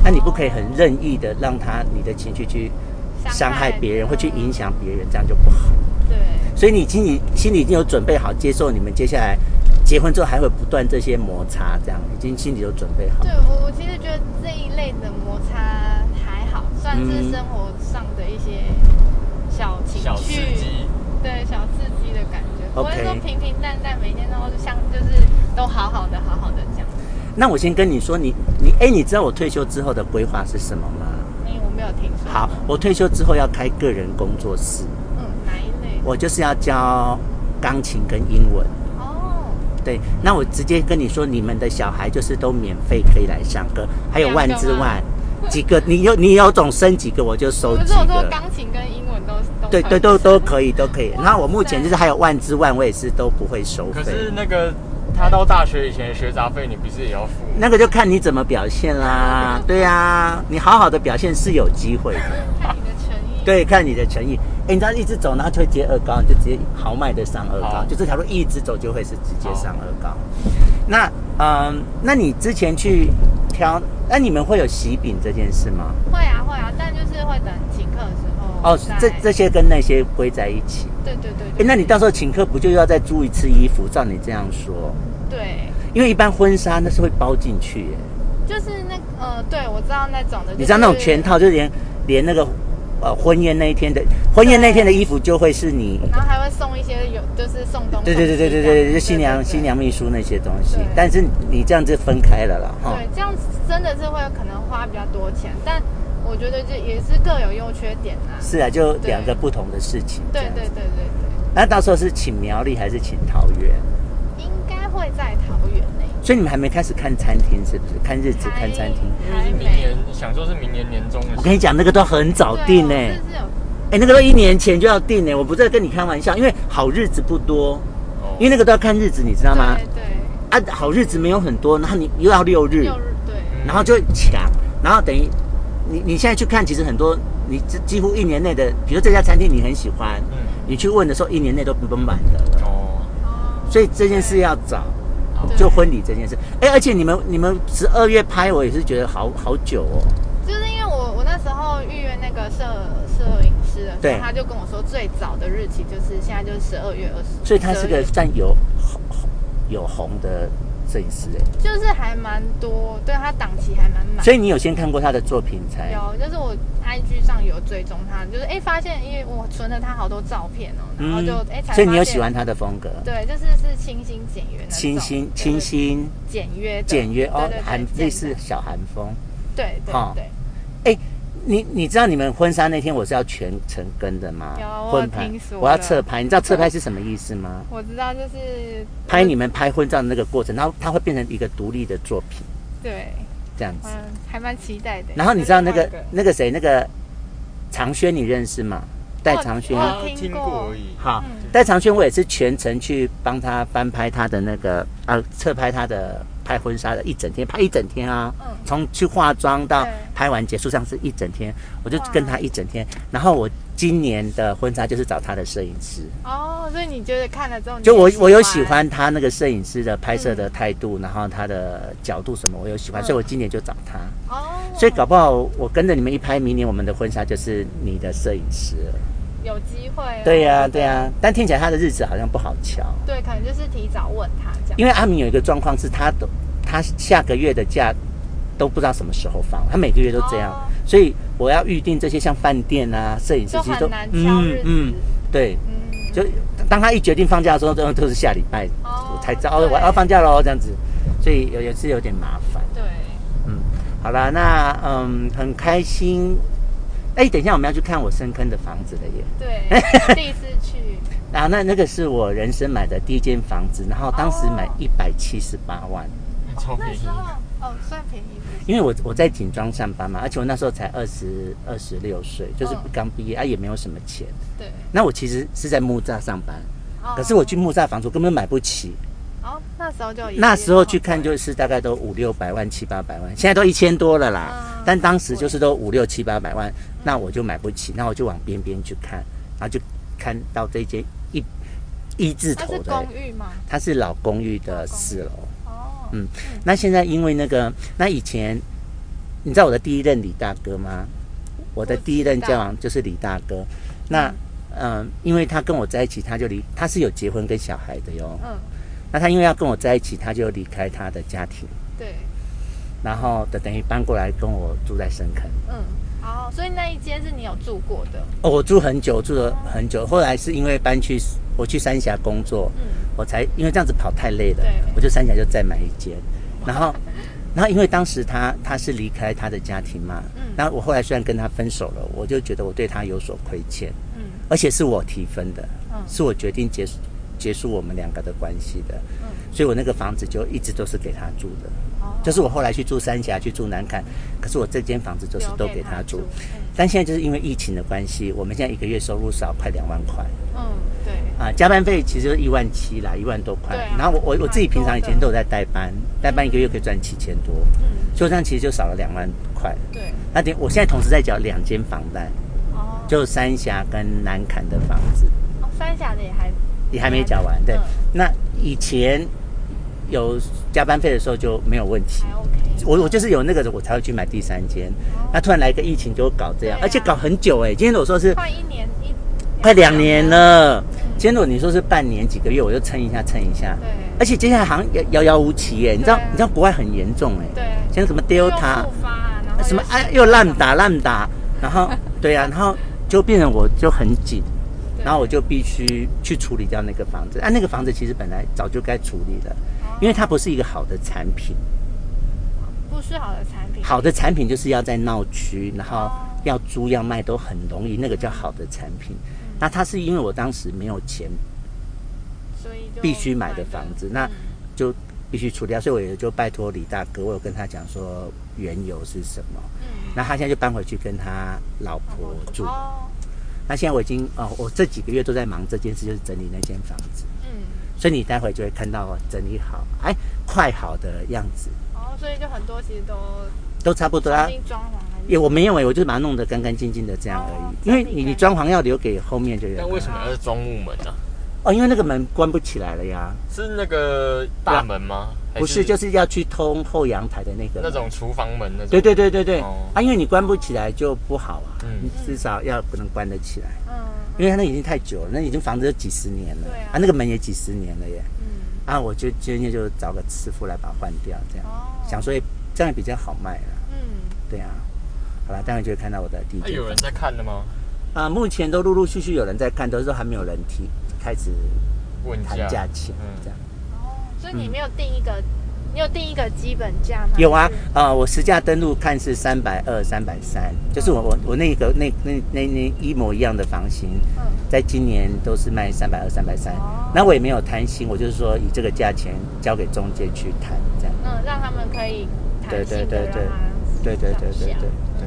[SPEAKER 1] 那你不可以很任意的让他你的情绪去伤害别人，
[SPEAKER 2] 伤害
[SPEAKER 1] 或去影响别人，这样就不好。
[SPEAKER 2] 对，
[SPEAKER 1] 所以你心里心里已经有准备好接受你们接下来结婚之后还会不断这些摩擦，这样已经心里有准备好。
[SPEAKER 2] 对我我其实觉得这一类的摩擦还好，算
[SPEAKER 1] 嗯
[SPEAKER 2] 是生活上的一些小情
[SPEAKER 3] 小刺
[SPEAKER 2] 绪，
[SPEAKER 3] 激，
[SPEAKER 2] 对小刺激的感觉，不会
[SPEAKER 1] OK
[SPEAKER 2] 说平平淡淡每天都像就是都好好的好好的这样。
[SPEAKER 1] 那我先跟你说，你你哎，你知道我退休之后的规划是什么吗？
[SPEAKER 2] 因为我没有听说。
[SPEAKER 1] 好，我退休之后要开个人工作室，
[SPEAKER 2] 嗯，哪一类？
[SPEAKER 1] 我就是要教钢琴跟英文。
[SPEAKER 2] 哦，
[SPEAKER 1] 对，那我直接跟你说，你们的小孩就是都免费可以来上课，还有万之万几个，你有你有种生几个我就收
[SPEAKER 2] 我
[SPEAKER 1] 几
[SPEAKER 2] 们是我说
[SPEAKER 1] 个。
[SPEAKER 2] 钢琴跟英文都都
[SPEAKER 1] 对
[SPEAKER 2] 可以
[SPEAKER 1] 对，都都
[SPEAKER 2] 是吗
[SPEAKER 1] 可以都可以。然后我目前就是还有万之万，我也是都不会收
[SPEAKER 3] 可
[SPEAKER 1] 费。
[SPEAKER 3] 是那个他到大学以前的学杂费，你不是也要付？
[SPEAKER 1] 那个就看你怎么表现啦。对啊，你好好的表现是有机会的。
[SPEAKER 2] 看你的诚意。
[SPEAKER 1] 对，看你的诚意。哎，你知道一直走，然后就会接二高，你就直接豪迈的上二高
[SPEAKER 3] 好，
[SPEAKER 1] 就这条路一直走就会是直接上二高。那嗯，那你之前去挑，那你们会有喜饼这件事吗？
[SPEAKER 2] 会啊会啊，但就是会等请客的时候。
[SPEAKER 1] 哦，这这。些跟那些归在一起。
[SPEAKER 2] 对对对。
[SPEAKER 1] 哎，
[SPEAKER 2] 对
[SPEAKER 1] 那你到时候请客不就要再租一次衣服？照你这样说，
[SPEAKER 2] 对，
[SPEAKER 1] 因为一般婚纱那是会包进去耶，
[SPEAKER 2] 就是那呃，对我知道那种的。
[SPEAKER 1] 你知道那种全。套，就连连那个呃婚宴那一天的婚宴那天的衣服就会是你
[SPEAKER 2] 然后还会送一些有，就是送东西
[SPEAKER 1] 对
[SPEAKER 2] 这样。
[SPEAKER 1] 对对对对对，就新娘新。娘秘书那些东西
[SPEAKER 2] 对，
[SPEAKER 1] 但是你这样就分开了啦，哈
[SPEAKER 2] 对，，这样真的是会可能花比较多钱，但我觉得这也是各有优缺点啊。
[SPEAKER 1] 是啊，就
[SPEAKER 2] 对
[SPEAKER 1] 两个不同的事情，
[SPEAKER 2] 对对对。对对，
[SPEAKER 1] 那到时候是请苗栗还是请桃园？
[SPEAKER 2] 应该会在桃园内。
[SPEAKER 1] 所以你们还没开始看餐厅是不是？看日子
[SPEAKER 2] 还
[SPEAKER 1] 看餐厅，
[SPEAKER 3] 因为是明年，想说是明年年中的
[SPEAKER 1] 我
[SPEAKER 3] 事
[SPEAKER 1] 跟你讲，那个都很早定呢、
[SPEAKER 2] 对
[SPEAKER 1] 哎
[SPEAKER 2] 我、是有
[SPEAKER 1] 那个都一年前就要定呢、我不是在跟你开玩笑，因为好日子不多，
[SPEAKER 3] 哦
[SPEAKER 1] 因为那个都要看日子，你知道吗？
[SPEAKER 2] 对对，
[SPEAKER 1] 啊，好日子没有很多，然后你又要六日，
[SPEAKER 2] 六日对，
[SPEAKER 3] 嗯
[SPEAKER 1] 然后就抢，然后等于你你现在去看，其实很多你这几乎一年内的，比如这家餐厅你很喜欢，
[SPEAKER 3] 嗯
[SPEAKER 1] 你去问的时候，一年内都不满的了。
[SPEAKER 3] 哦，
[SPEAKER 2] 哦，
[SPEAKER 1] 所以这件事要早，
[SPEAKER 3] 对
[SPEAKER 1] 就婚礼这件事。哎，而且你们你们十二月拍，我也是觉得好好久哦。
[SPEAKER 2] 就是因为我我那时候预约那个摄摄影师的时
[SPEAKER 1] 对
[SPEAKER 2] 候，他就跟我说最早的日期就是现在就是十二月二十，
[SPEAKER 1] 所以他是个
[SPEAKER 2] 12月
[SPEAKER 1] 算有有红的摄影师哎，
[SPEAKER 2] 就是还蛮多，对他档期还蛮满。
[SPEAKER 1] 所以你有先看过他的作品才
[SPEAKER 2] 有，就是我 IG 上有追踪他，就是哎、发现，因为我存了他好多照片哦、然后就哎、才
[SPEAKER 1] 嗯所以你有
[SPEAKER 2] 发现
[SPEAKER 1] 喜欢他的风格，
[SPEAKER 2] 对，就是是清新简约那种，
[SPEAKER 1] 清新
[SPEAKER 2] 就是
[SPEAKER 1] 清新
[SPEAKER 2] 简约的
[SPEAKER 1] 简约哦
[SPEAKER 2] 对对，对
[SPEAKER 1] 韩
[SPEAKER 2] 简
[SPEAKER 1] 类似
[SPEAKER 2] 单
[SPEAKER 1] 小韩风。
[SPEAKER 2] 对对
[SPEAKER 1] 哦
[SPEAKER 2] 对，
[SPEAKER 1] 哎，你你知道你们婚纱那天我是要全程跟的吗
[SPEAKER 2] 有？我
[SPEAKER 1] 混拍
[SPEAKER 2] 听，说
[SPEAKER 1] 我要
[SPEAKER 2] 了
[SPEAKER 1] 侧拍，你知道侧拍是什么意思吗？
[SPEAKER 2] 我知道就是
[SPEAKER 1] 拍你们拍婚照的那个过程，然后它会变成一个独立的作品
[SPEAKER 2] 对，
[SPEAKER 1] 这样子。
[SPEAKER 2] 嗯，还蛮期待的。
[SPEAKER 1] 然后你知道那个
[SPEAKER 2] 就是
[SPEAKER 1] 那个谁那个常轩你认识吗？戴常轩
[SPEAKER 2] 我
[SPEAKER 3] 然，后
[SPEAKER 2] 有听
[SPEAKER 3] 听
[SPEAKER 2] 过
[SPEAKER 3] 过而已。
[SPEAKER 1] 好
[SPEAKER 2] 嗯，
[SPEAKER 1] 戴常轩我也是全程去帮他翻拍他的那个啊侧拍他的拍婚纱的一整天，拍一整天啊
[SPEAKER 2] 嗯，
[SPEAKER 1] 从去化妆到
[SPEAKER 2] 对
[SPEAKER 1] 拍完结束上是一整天，我就
[SPEAKER 2] 哇
[SPEAKER 1] 跟他一整天。然后我今年的婚纱就是找他的摄影师。
[SPEAKER 2] 哦，所以你觉得看了之后你也，
[SPEAKER 1] 就我我有喜欢他那个摄影师的拍摄的态度，然后他的角度什么，我有喜欢，
[SPEAKER 2] 嗯
[SPEAKER 1] 所以我今年就找他。
[SPEAKER 2] 哦，
[SPEAKER 1] 所以搞不好我跟着你们一拍，明年我们的婚纱就是你的摄影师了。
[SPEAKER 2] 有机会哦。
[SPEAKER 1] 对呀、对呀、但听起来他的日子好像不好瞧，
[SPEAKER 2] 对，可能就是提早问他这样。
[SPEAKER 1] 因为阿明有一个状况是他都他下个月的假都不知道什么时候放，他每个月都这样，
[SPEAKER 2] 哦
[SPEAKER 1] 所以我要预定这些像饭店啊、摄影师
[SPEAKER 2] 就
[SPEAKER 1] 其实都
[SPEAKER 2] 很难挑日子。
[SPEAKER 1] 对，
[SPEAKER 2] 嗯，
[SPEAKER 1] 就当他一决定放假的时候，都都是下礼拜
[SPEAKER 2] 哦
[SPEAKER 1] 我才知道哦，
[SPEAKER 2] 对
[SPEAKER 1] 我要放假喽这样子，所以有也是有点麻烦。
[SPEAKER 2] 对，
[SPEAKER 1] 嗯，好啦，那嗯很开心。哎，等一下我们要去看我深坑的房子了耶！ *laughs*
[SPEAKER 2] 对，第一次去，
[SPEAKER 1] 啊，那那个是我人生买的第一间房子，然后当时买
[SPEAKER 2] 哦
[SPEAKER 1] 一百七十八万。
[SPEAKER 3] *laughs* 超
[SPEAKER 2] 那
[SPEAKER 3] 便宜
[SPEAKER 2] 时，
[SPEAKER 1] 啊
[SPEAKER 2] 候哦算便宜不
[SPEAKER 1] 因为我我在警庄上班嘛，而且我那时候才二十二十六岁，就是
[SPEAKER 2] 嗯
[SPEAKER 1] 刚毕业、啊，也没有什么钱。
[SPEAKER 2] 对，
[SPEAKER 1] 那我其实是在木栅上班，
[SPEAKER 2] 哦
[SPEAKER 1] 可是我去木栅房租根本买不起。
[SPEAKER 2] 哦那时候就已经
[SPEAKER 1] 那时候去看就是大概都五六百万、七八百万，现在都一千多了啦
[SPEAKER 2] 嗯。
[SPEAKER 1] 但当时就是都五六七八百万，那我就买不起，那我就往边边去看，然后就看到这间一一字
[SPEAKER 2] 它
[SPEAKER 1] 头
[SPEAKER 2] 是
[SPEAKER 1] 的
[SPEAKER 2] 公，寓吗？
[SPEAKER 1] 它是老公寓的四楼。
[SPEAKER 2] 哦，
[SPEAKER 1] 嗯那现在因为那个，那以前你知道我的第一任李大哥吗？我的第一任交往就是李大哥。那嗯、呃因为他跟我在一起，他就离，他是有结婚跟小孩的哟。
[SPEAKER 2] 嗯，
[SPEAKER 1] 那他因为要跟我在一起，他就离开他的家庭，
[SPEAKER 2] 对，
[SPEAKER 1] 然后等等于搬过来跟我住在深坑。
[SPEAKER 2] 嗯，哦，所以那一间是你有住过的，
[SPEAKER 1] 哦，我住很久，住了很久。后来是因为搬去我去三峡工作，
[SPEAKER 2] 嗯，
[SPEAKER 1] 我才因为这样子跑太累了
[SPEAKER 2] 对，
[SPEAKER 1] 我就三峡就再买一间，然后，然后因为当时他他是离开他的家庭嘛，
[SPEAKER 2] 嗯
[SPEAKER 1] 然后我后来虽然跟他分手了，我就觉得我对他有所亏欠，
[SPEAKER 2] 嗯
[SPEAKER 1] 而且是我提分的，
[SPEAKER 2] 嗯
[SPEAKER 1] 是我决定结束结束我们两个的关系的，
[SPEAKER 2] 嗯，
[SPEAKER 1] 所以我那个房子就一直都是给他住的，
[SPEAKER 2] 哦，
[SPEAKER 1] 就是我后来去住三峡去住南坎，可是我这间房子就是都给他住
[SPEAKER 2] 留给他住嗯，
[SPEAKER 1] 但现在就是因为疫情的关系，我们现在一个月收入少快两万块。
[SPEAKER 2] 嗯，对，
[SPEAKER 1] 啊、加班费其实就一万七啦，一万多块。
[SPEAKER 2] 对啊
[SPEAKER 1] 然后我我我自己平常以前
[SPEAKER 2] 蛮
[SPEAKER 1] 都
[SPEAKER 2] 多
[SPEAKER 1] 有在代班，代班一个月可以赚七千多，
[SPEAKER 2] 嗯，
[SPEAKER 1] 所以这样其实就少了两万块。
[SPEAKER 2] 对，
[SPEAKER 1] 那点我现在同时在缴两间房贷，
[SPEAKER 2] 哦，
[SPEAKER 1] 就三峡跟南坎的房子，
[SPEAKER 2] 哦三峡的也还
[SPEAKER 1] 你还没缴完。对，
[SPEAKER 2] 嗯
[SPEAKER 1] 那以前有加班费的时候就没有问题
[SPEAKER 2] 还。OK，
[SPEAKER 1] 我我就是有那个我才会去买第三间，
[SPEAKER 2] 哦
[SPEAKER 1] 那突然来个疫情就搞这样，
[SPEAKER 2] 对啊
[SPEAKER 1] 而且搞很久哎、今天我说是
[SPEAKER 2] 快一年一，嗯
[SPEAKER 1] 快两年，了，今天我你说是半年几个月，我就撑一下撑一下。
[SPEAKER 2] 对，
[SPEAKER 1] 而且接下来好像遥遥遥无期耶，你知道
[SPEAKER 2] 对啊？
[SPEAKER 1] 你知道国外很严重哎，
[SPEAKER 2] 对，
[SPEAKER 1] 像什么
[SPEAKER 2] 又
[SPEAKER 1] Delta，
[SPEAKER 2] 复发啊，然后
[SPEAKER 1] 什么
[SPEAKER 2] 又
[SPEAKER 1] 哎又烂打烂打，然
[SPEAKER 2] *laughs*
[SPEAKER 1] 后对啊，然后就变成我就很紧，
[SPEAKER 2] 对
[SPEAKER 1] 然后我就必须去处理掉那个房子。啊，那个房子其实本来早就该处理了，因为它不是一个好的产品。
[SPEAKER 2] 不是好的产品，
[SPEAKER 1] 好的产品就是要在闹区，然后
[SPEAKER 2] 哦
[SPEAKER 1] 要租要卖都很容易，那个叫好的产品。那它是因为我当时没有钱，
[SPEAKER 2] 所以就
[SPEAKER 1] 必须买的房子，那
[SPEAKER 2] 嗯
[SPEAKER 1] 就必须处理掉。所以我也就拜托李大哥，我有跟他讲说缘由是什么。
[SPEAKER 2] 嗯
[SPEAKER 1] 那他现在就搬回去跟他老婆住。
[SPEAKER 2] 哦，
[SPEAKER 1] 那现在我已经哦，我这几个月都在忙这件事，就是整理那间房子。
[SPEAKER 2] 嗯，
[SPEAKER 1] 所以你待会就会看到我整理好，哎，快好的样子，
[SPEAKER 2] 哦，所以就很多其实都
[SPEAKER 1] 都差不多啦
[SPEAKER 2] 重。新装潢还
[SPEAKER 1] 也
[SPEAKER 2] 是
[SPEAKER 1] 我没有哎、我就是把它弄得干干净净的这样而已。
[SPEAKER 2] 哦
[SPEAKER 1] 因为你
[SPEAKER 2] 整理干净
[SPEAKER 1] 你装潢要留给后面就有。
[SPEAKER 3] 但为什么要是装木门呢、啊
[SPEAKER 1] 哦，因为那个门关不起来了呀。
[SPEAKER 3] 是那个大门吗？还
[SPEAKER 1] 不是，就是要去通后阳台的那个门
[SPEAKER 3] 那种厨房门那种。
[SPEAKER 1] 对对对对对，
[SPEAKER 3] 哦
[SPEAKER 1] 啊，因为你关不起来就不好啊，
[SPEAKER 3] 嗯
[SPEAKER 1] 你至少要不能关得起来，
[SPEAKER 2] 嗯
[SPEAKER 1] 因为它那已经太久了，那已经房子有几十年了，
[SPEAKER 2] 对啊
[SPEAKER 1] 那个门也几十年了耶，
[SPEAKER 2] 嗯
[SPEAKER 1] 啊，我就今天就找个师傅来把它换掉，这样、
[SPEAKER 2] 哦
[SPEAKER 1] 想说也这样也比较好卖了，
[SPEAKER 2] 嗯
[SPEAKER 1] 对啊，好了，待会就会看到我的第一
[SPEAKER 3] 那
[SPEAKER 1] 间
[SPEAKER 3] 哎有人在看的吗？
[SPEAKER 1] 啊，目前都陆陆续续有人在看，都是说还没有人提开始
[SPEAKER 3] 问
[SPEAKER 1] 谈
[SPEAKER 3] 价。
[SPEAKER 1] 价钱，
[SPEAKER 3] 嗯
[SPEAKER 1] 这样
[SPEAKER 2] 哦，所以你没有定一个，你有定一个基本价吗？
[SPEAKER 1] 有啊
[SPEAKER 2] 还是，
[SPEAKER 1] 啊，我实价登录看是三百二、三百三，就是我我我那个那那那那一模一样的房型，
[SPEAKER 2] 嗯
[SPEAKER 1] 在今年都是卖三百二、三百三
[SPEAKER 2] 哦，
[SPEAKER 1] 那我也没有贪心，我就是说以这个价钱交给中介去谈，这样。
[SPEAKER 2] 嗯，让他们可以
[SPEAKER 1] 对
[SPEAKER 2] 弹
[SPEAKER 1] 对
[SPEAKER 2] 性
[SPEAKER 1] 对
[SPEAKER 2] 的让
[SPEAKER 1] 对
[SPEAKER 2] 它
[SPEAKER 1] 对对对对对
[SPEAKER 2] 上下
[SPEAKER 1] 对。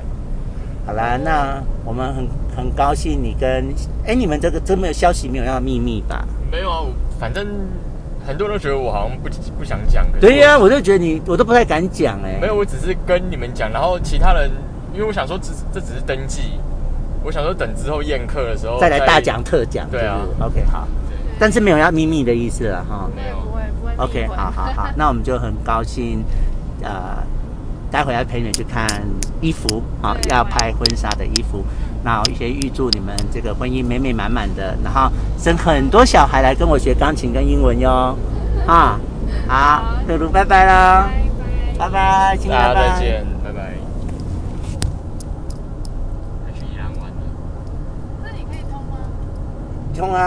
[SPEAKER 1] 好啦，那我们很很高兴你跟哎，你们这个真没有消息没有要秘密吧？
[SPEAKER 3] 没有啊，我反正很多人都觉得我好像不不想讲。可是
[SPEAKER 1] 对呀、我就觉得你我都不太敢讲哎、
[SPEAKER 3] 没有，我只是跟你们讲，然后其他人，因为我想说只这只是登记，我想说等之后宴客的时候
[SPEAKER 1] 再来大讲。特讲，
[SPEAKER 3] 对啊
[SPEAKER 1] 是不是，OK 好，
[SPEAKER 3] 对
[SPEAKER 1] 但是没有要秘密的意思了哈。
[SPEAKER 3] 没有
[SPEAKER 2] 不会不会不会
[SPEAKER 1] *laughs* OK，
[SPEAKER 2] 避讳
[SPEAKER 1] 好好好，那我们就很高兴，呃，待会要陪你们去看衣服啊，
[SPEAKER 2] 对
[SPEAKER 1] 要拍婚纱的衣服。那我也预祝你们这个婚姻美美满满的，然后生很多小孩来跟我学钢琴跟英文哟。 *laughs* 啊，好
[SPEAKER 2] 好，
[SPEAKER 1] 露露拜拜啦，拜
[SPEAKER 2] 拜拜。
[SPEAKER 1] 拜，亲爱的
[SPEAKER 3] 大家
[SPEAKER 1] 拜拜
[SPEAKER 3] 再见，拜拜。还去宜兰玩呢。
[SPEAKER 2] 这里可以通吗？
[SPEAKER 1] 冲啊！